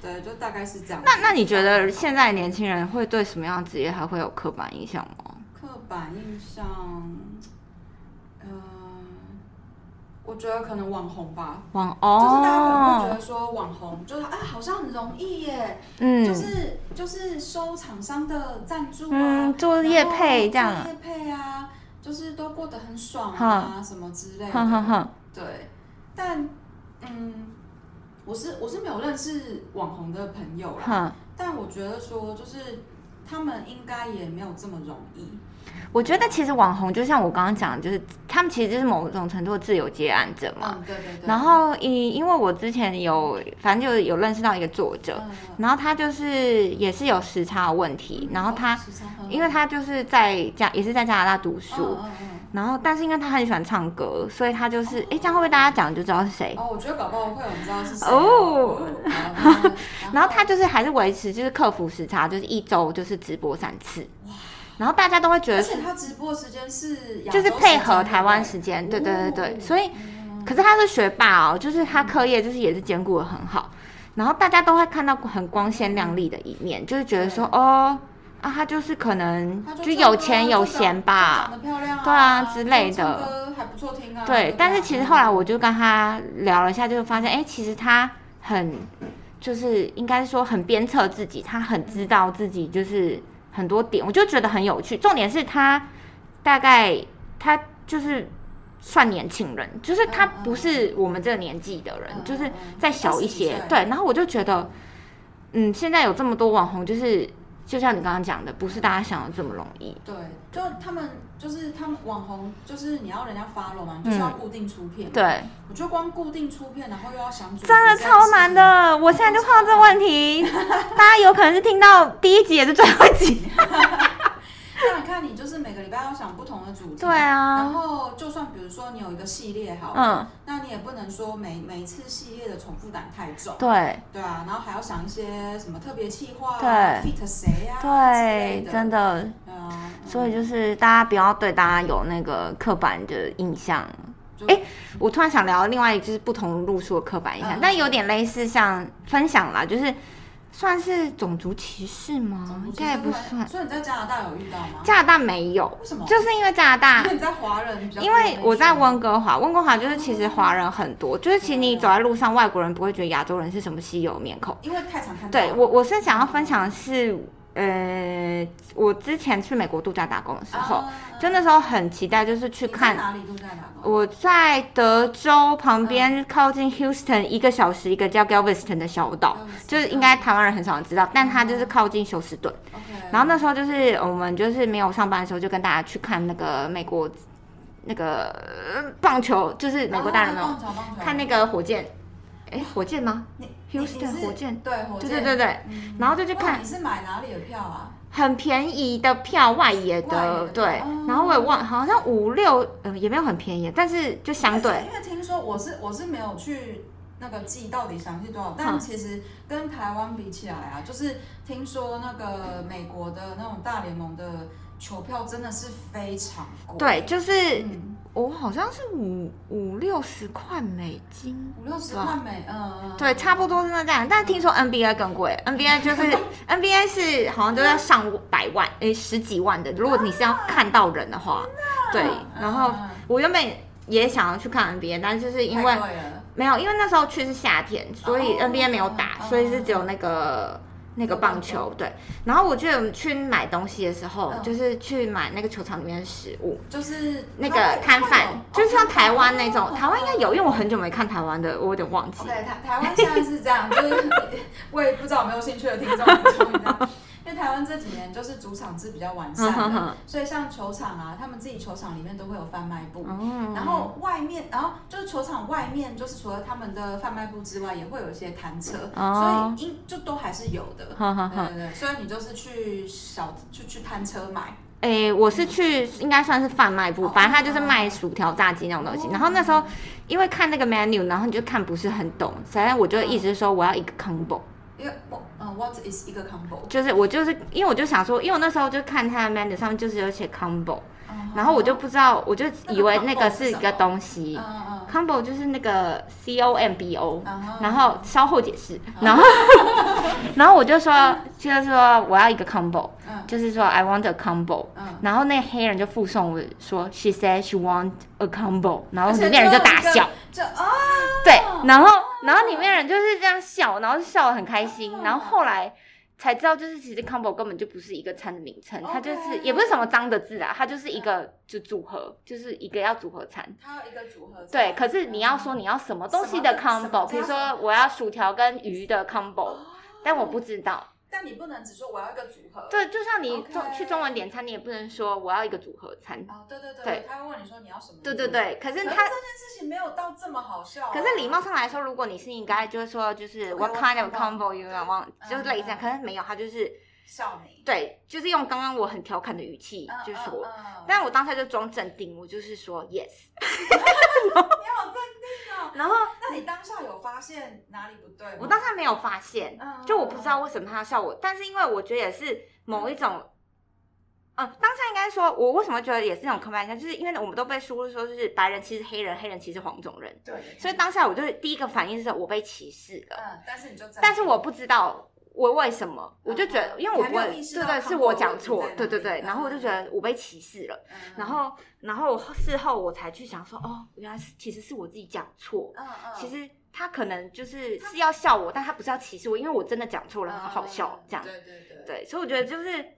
S2: 对，就大概是这样。
S1: 那那你觉得现在年轻人会对什么样的职业还会有刻板印象吗？
S2: 刻板印象，嗯、我觉得可能网红吧，
S1: 网
S2: 就是大家可能会
S1: 哦，
S2: 觉得说网红就是啊，好像很容易耶，
S1: 嗯
S2: 就是就是收厂商的赞助啊，
S1: 嗯，做业配这
S2: 然后
S1: 样，
S2: 做业配啊，就是都过得很爽啊，什么之类的。
S1: 哼哼哼，
S2: 对，但嗯，我是我是没有认识网红的朋友啦，
S1: 哼。
S2: 但我觉得说就是他们应该也没有这么容易。
S1: 我觉得其实网红就像我刚刚讲的，就是他们其实就是某种程度的自由接案者嘛。
S2: 嗯，对对对。
S1: 然后因因为我之前有，反正就有认识到一个作者，
S2: 嗯，
S1: 然后他就是也是有时差的问题，然后
S2: 哦
S1: 他因为他就是在加也是在加拿大读书，
S2: 嗯嗯
S1: 然后但是因为他很喜欢唱歌，所以他就是诶，这样会不会大家讲就知道是谁
S2: 嗯。？哦，我觉得搞不好会有人知道是谁
S1: 哎
S2: 啊
S1: 哦 (laughs)
S2: 好
S1: 然后他就是还是维持就是克服时差，就是一周就是直播三次，然后大家都会觉
S2: 而
S1: 得
S2: 且他直播时间是亚
S1: 就
S2: 洲
S1: 是配合
S2: 时间
S1: 台湾
S2: 对
S1: 时间，对对对对，
S2: 哦
S1: 所以
S2: 不对嗯
S1: 可是他是学霸哦，就是他课业就是也是兼顾的很好，然后大家都会看到很光鲜亮丽的一面，就是觉得说哦啊，他就是可能
S2: 他
S1: 就
S2: 唱歌
S1: 有钱
S2: 啊
S1: 有
S2: 就长
S1: 闲
S2: 就长
S1: 吧，
S2: 得漂亮啊，
S1: 对啊之类的
S2: 唱歌还不错听啊。
S1: 对
S2: 不。
S1: 但是其实后来我就跟他聊了一下，就发现哎、其实他很就是应该说很鞭策自己，他很知道自己就是很多点，我就觉得很有趣。重点是他大概他就是算年轻人，就是他
S2: 嗯嗯
S1: 不是我们这个年纪的人，
S2: 嗯
S1: 就是
S2: 嗯嗯
S1: 再小一
S2: 20几
S1: 些
S2: 岁。
S1: 对，然后我就觉得，嗯，现在有这么多网红，就是就像你刚刚讲的，不是大家想的这么容易。
S2: 对，就他们就是他们网红，就是你要人家 follow 嘛，
S1: 嗯
S2: 你就是要固定出片。，
S1: 对，
S2: 我觉得光固定出片，然后又要想组织
S1: 真的超难
S2: 这件事情。
S1: 的。我现在就碰到这问题，
S2: (laughs)
S1: 大家有可能是听到第一集也是最后一集。
S2: 那你看，你就是每个礼拜要想不同的主题。
S1: 对。
S2: 然
S1: 啊，
S2: 后，就算比如说你有一个系列好了，
S1: 嗯，
S2: 那你也不能说每每一次系列的重复感太重，
S1: 对
S2: 对啊，然后还要想一些什么特别企划、啊、
S1: 对
S2: ，fit 谁啊之类
S1: 对，
S2: 的，
S1: 真的。
S2: 对啊，嗯
S1: 所以就是大家不要对大家有那个刻板的印象。
S2: 就
S1: 哎、我突然想聊另外一个就是不同路数的刻板印象，
S2: 嗯
S1: 但有点类似像分享啦，就是算是种族歧视吗？
S2: 种族
S1: 应
S2: 歧视
S1: 该也不
S2: 会
S1: 算。
S2: 所以你在加拿大有遇到吗？
S1: 加拿大没有，
S2: 为什么？
S1: 就是因为加拿大
S2: 因为你在华人比较多
S1: 啊因
S2: 那
S1: 为
S2: 一圈，
S1: 我在温哥华，温哥华就是其实华人很多，就是其实你
S2: 嗯
S1: 走在路上，外国人不会觉得亚洲人是什么稀有面孔。
S2: 因为太常看到了。
S1: 对我，我是想要分享的是，呃，我之前去美国度假打工的时候，
S2: 啊
S1: 就那时候很期待，就是去
S2: 你在
S1: 看。
S2: 哪里度假打工？
S1: 我在德州旁边靠近 Houston 一个小时一个叫 Galveston 的小岛，
S2: Galveston，
S1: 就是应该台湾人很少人知道，但它就是靠近休斯顿。
S2: OK，
S1: 然后那时候就是我们就是没有上班的时候，就跟大家去看那个美国那个呃棒球，就是美国大人没有
S2: 哦棒球棒球
S1: 看那个火箭，哎，火箭吗？
S2: 你你你
S1: Houston
S2: 是
S1: 火箭
S2: 对火
S1: 对
S2: 箭
S1: 对对对，
S2: 嗯
S1: 然后就去
S2: 哇
S1: 看
S2: 你是买哪里的票啊？
S1: 很便宜的票，外野
S2: 外野
S1: 的
S2: 的
S1: 对
S2: 哦，
S1: 然后我也忘，好像五六，呃，也没有很便宜，但是就相对
S2: 因为听说我是我是没有去。那个记到底详细多少？但
S1: 嗯
S2: 其实跟台湾比起来啊，就是听说那个美国的那种大联盟的球票真的是非常贵，
S1: 对，就是
S2: 嗯，
S1: 我好像是五五六十块美金。
S2: 五六十块美，嗯嗯，
S1: 对，差不多是那这样，但是听说 NBA 更贵，NBA
S2: (laughs)
S1: 就是 NBA 是好像都在上百万，诶、十几万的。如果你是要看到人的话，对。然后
S2: 嗯
S1: 我原本也想要去看 NBA，但是就是因为
S2: 太贵了
S1: 没有，因为那时候去是夏天，所以
S2: 哦
S1: NBA 没有打，
S2: 哦
S1: 所以是只有那个那个棒球对。然后我记得我们去买东西的时候，
S2: 嗯
S1: 就是去买那个球场里面的食物，
S2: 就是
S1: 那
S2: 它会
S1: 个摊贩
S2: 它会有
S1: 就是像台湾那
S2: 哦
S1: 种，台湾应该有，因为我很久没看台湾的，我有点忘记。
S2: OK，台台湾现在是
S1: (laughs)
S2: 这样，就是为不知道有没有兴趣的听众补充一下，因为台湾这几年就是主场制比较完
S1: 嗯
S2: 善
S1: 哼
S2: 的，
S1: 哼，
S2: 所以像球场啊，他们自己球场里面都会有贩卖部。
S1: 哦，
S2: 然后外面，然后就是球场外面，就是除了他们的贩卖部之外，也会有一些摊车，
S1: 哦
S2: 所以应就都还是有的。
S1: 哼哼
S2: 对
S1: 哼，
S2: 对对，所以你就是去小就去摊车买，
S1: 诶，我是去应该算是贩卖部，
S2: 哦
S1: 反正他就是卖薯条、炸鸡那种东西。然后那时候因为看那个 menu，然后你就看不是很懂，反正我就一直说我要一个 combo。
S2: 因为我嗯，what is 一个 combo，
S1: 就是我就是因为我就想说，因为我那时候就看他的 menu 上面就是有写 combo，然后我就不知道，我就以为那个是一个东
S2: 嗯
S1: 西
S2: 嗯
S1: ，combo 就是那个 c o m b o，
S2: 嗯，然后
S1: 然后稍后解释， (laughs) 然后然后我就说就是说我要一个 combo，
S2: 嗯
S1: 就是说 I want a combo。
S2: 嗯，
S1: 然后那个黑人就附送我说，She said she want a combo，然后
S2: 而且
S1: 里面人就大
S2: 就
S1: 笑，
S2: 就啊
S1: 对，然后然后里面人就是这样笑，然后笑得很开心，
S2: 哦
S1: 然后后来才知道，就是其实 combo 根本就不是一个餐的名
S2: 哦
S1: 称，它就是
S2: OK
S1: 也不是什么脏的字啊，它就是一个就组合，就是一个要组合餐。
S2: 它有一个组合嗯菜。
S1: 对，可是你要说你要什么东西的
S2: 哦什么什么
S1: combo，比如
S2: 加
S1: 说我要薯条跟鱼的 combo，
S2: 哦，
S1: 但我不知道。
S2: 但你不能只说我要一个组合。
S1: 对，就像你
S2: OK
S1: 中去中文点餐，你也不能说我要一个组合餐。
S2: 啊，对对对
S1: 对，
S2: 他会问你说你要什么？
S1: 对对。对，可
S2: 可
S1: 是
S2: 是这件
S1: 它，
S2: 事情没有到这么好笑啊。
S1: 可是礼貌上来说，如果你是应该就是说就是
S2: Okay,
S1: what
S2: what
S1: kind of
S2: combo？
S1: combo you want，就是类似这样，
S2: 嗯
S1: 可是没有，它就是。
S2: 笑你。
S1: 对，就是用刚刚我很调侃的语气
S2: 嗯
S1: 就
S2: 嗯
S1: 说，
S2: 嗯
S1: 但我当下就装镇定，我就是说 yes。
S2: (laughs) 你好镇定哦。
S1: 然后
S2: 那你当下有发现哪里不对吗？
S1: 我当下没有发现，
S2: 嗯
S1: 就我不知道为什么他要笑我，但是因为我觉得也是某一种，嗯，当下应该说，我为什么觉得也是那种刻板印象，就是因为我们都被输入说就是白人歧视黑人，黑人歧视黄种人，
S2: 对，
S1: 所以当下我就第一个反应是我被歧视了，
S2: 嗯，但是你就站
S1: 但是我不知道。我为什么？我就觉得，
S2: 嗯
S1: 因为我
S2: 还
S1: 不
S2: 没有
S1: 会，
S2: 意识
S1: 对
S2: 到
S1: 对，
S2: 他
S1: 是
S2: 们
S1: 我
S2: 的
S1: 讲
S2: 问题
S1: 错
S2: 在，哪
S1: 对对
S2: 里
S1: 对，然后我就觉得我被歧视了。
S2: 嗯，嗯
S1: 然后，然后我事后我才去想说，哦，原来是其实是我自己讲错，
S2: 嗯嗯，
S1: 其实他可能就是是要笑我，但他不是要歧视我，因为我真的讲错
S2: 我
S1: 了，很好笑这样。
S2: 嗯对对对。
S1: 对，所以我觉得就是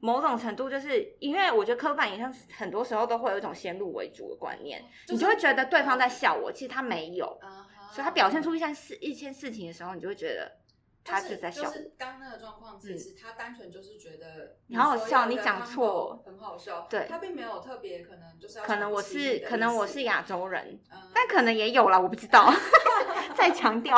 S1: 某种程度，就是因为我觉得刻板印象很多时候都会有一种先入为主的观念，你就会觉得对方在笑我，其实他没有，
S2: 嗯哼
S1: 所以他表现出一件事一件事情的时候，你就会觉得他
S2: 就是
S1: 在笑
S2: 就。是刚那个状况，其实他单纯就是觉得
S1: 你好好
S2: 说
S1: 笑
S2: 要
S1: 你
S2: 的
S1: 讲
S2: combo
S1: 错
S2: 很好笑。
S1: 对
S2: 他并没有特别可能就是要
S1: 可能我
S2: 瞧不起你
S1: 是
S2: 的
S1: 可能我
S2: 意思
S1: 是，亚洲人，
S2: 嗯
S1: 但可能也有啦，我不知
S2: (laughs)
S1: 道。再强调，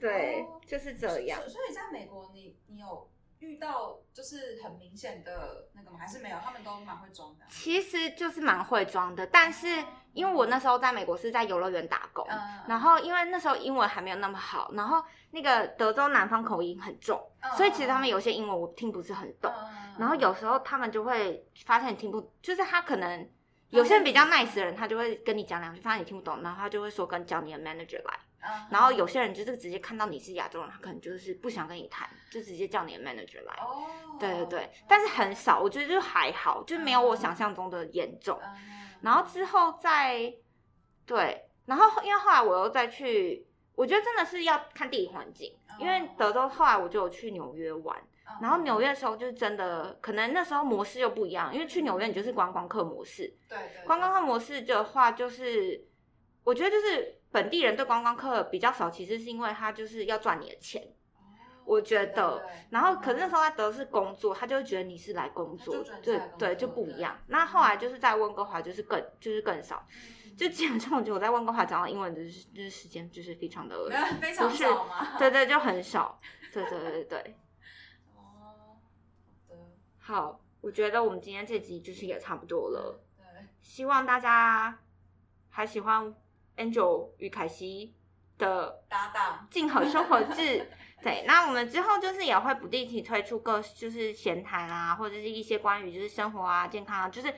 S1: 对
S2: 哦，
S1: 就是这样。
S2: 所以所以在美国你，你有遇到就是很明显的那个吗？还是没有？他们都蛮会装的。
S1: 其实就是蛮会装的，但是因为我那时候在美国是在游乐园打工，
S2: 嗯，
S1: 然后因为那时候英文还没有那么好，然后那个德州南方口音很重，
S2: 嗯
S1: 所以其实他们有些英文我听不是很懂，然后有时候他们就会发现你听不，就是他可能。有些人比较 nice 的人，他就会跟你讲两句，发现你听不懂，然后他就会说跟叫你的 manager 来。然后有些人就是直接看到你是亚洲人，他可能就是不想跟你谈，就直接叫你的 manager 来。
S2: 哦，
S1: 对对对，但是很少，我觉得就还好，就没有我想象中的严重。
S2: 嗯，
S1: 然后之后再对，然后因为后来我又再去，我觉得真的是要看地理环境，因为德州后来我就有去纽约玩，
S2: 嗯
S1: 然后纽约的时候就是真的，可能那时候模式又不一样，因为去纽约你就是观光客模式，
S2: 对对对
S1: 观光客模式的话就是，我觉得就是本地人对观光客比较少，其实是因为他就是要赚你的钱。
S2: 哦
S1: 我觉得
S2: 对对对
S1: 然后，可是那时候在德是工作，他就会觉得你是来工作
S2: 他就觉得，你是
S1: 对
S2: 来工作
S1: 对，就不一样。那后来就是在温哥华，就是更就是更少，
S2: 嗯
S1: 就基本上我觉得我在温哥华讲到英文的就是就是时间就是非常的，
S2: 没有啊非常
S1: 不是
S2: 少嘛。
S1: 对对，就很少，对对对对对。
S2: 哦，好的，
S1: 好，我觉得我们今天这集就是也差不多了，
S2: 对，
S1: 希望大家还喜欢 Angel 与凯西的
S2: 搭档，
S1: 静好生活
S2: (laughs)
S1: 志。对，那我们之后就是也会不定期推出各就是闲谈啊，或者是一些关于就是生活啊、健康啊，就是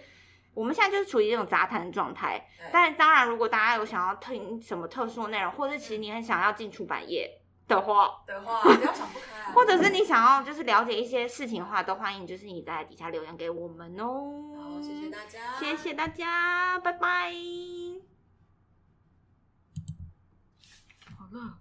S1: 我们现在就是处于这种杂谈的状态。
S2: 对
S1: 但当然，如果大家有想要听什么特殊的内容，或者其实你很想要进出版业的话，
S2: 的话，不要想不开
S1: (laughs)
S2: 啊。
S1: 或者是你想要就是了解一些事情的话，都欢迎就是你在底下留言给我们哦。
S2: 好，谢谢大家，
S1: 谢谢大家，拜拜。好了。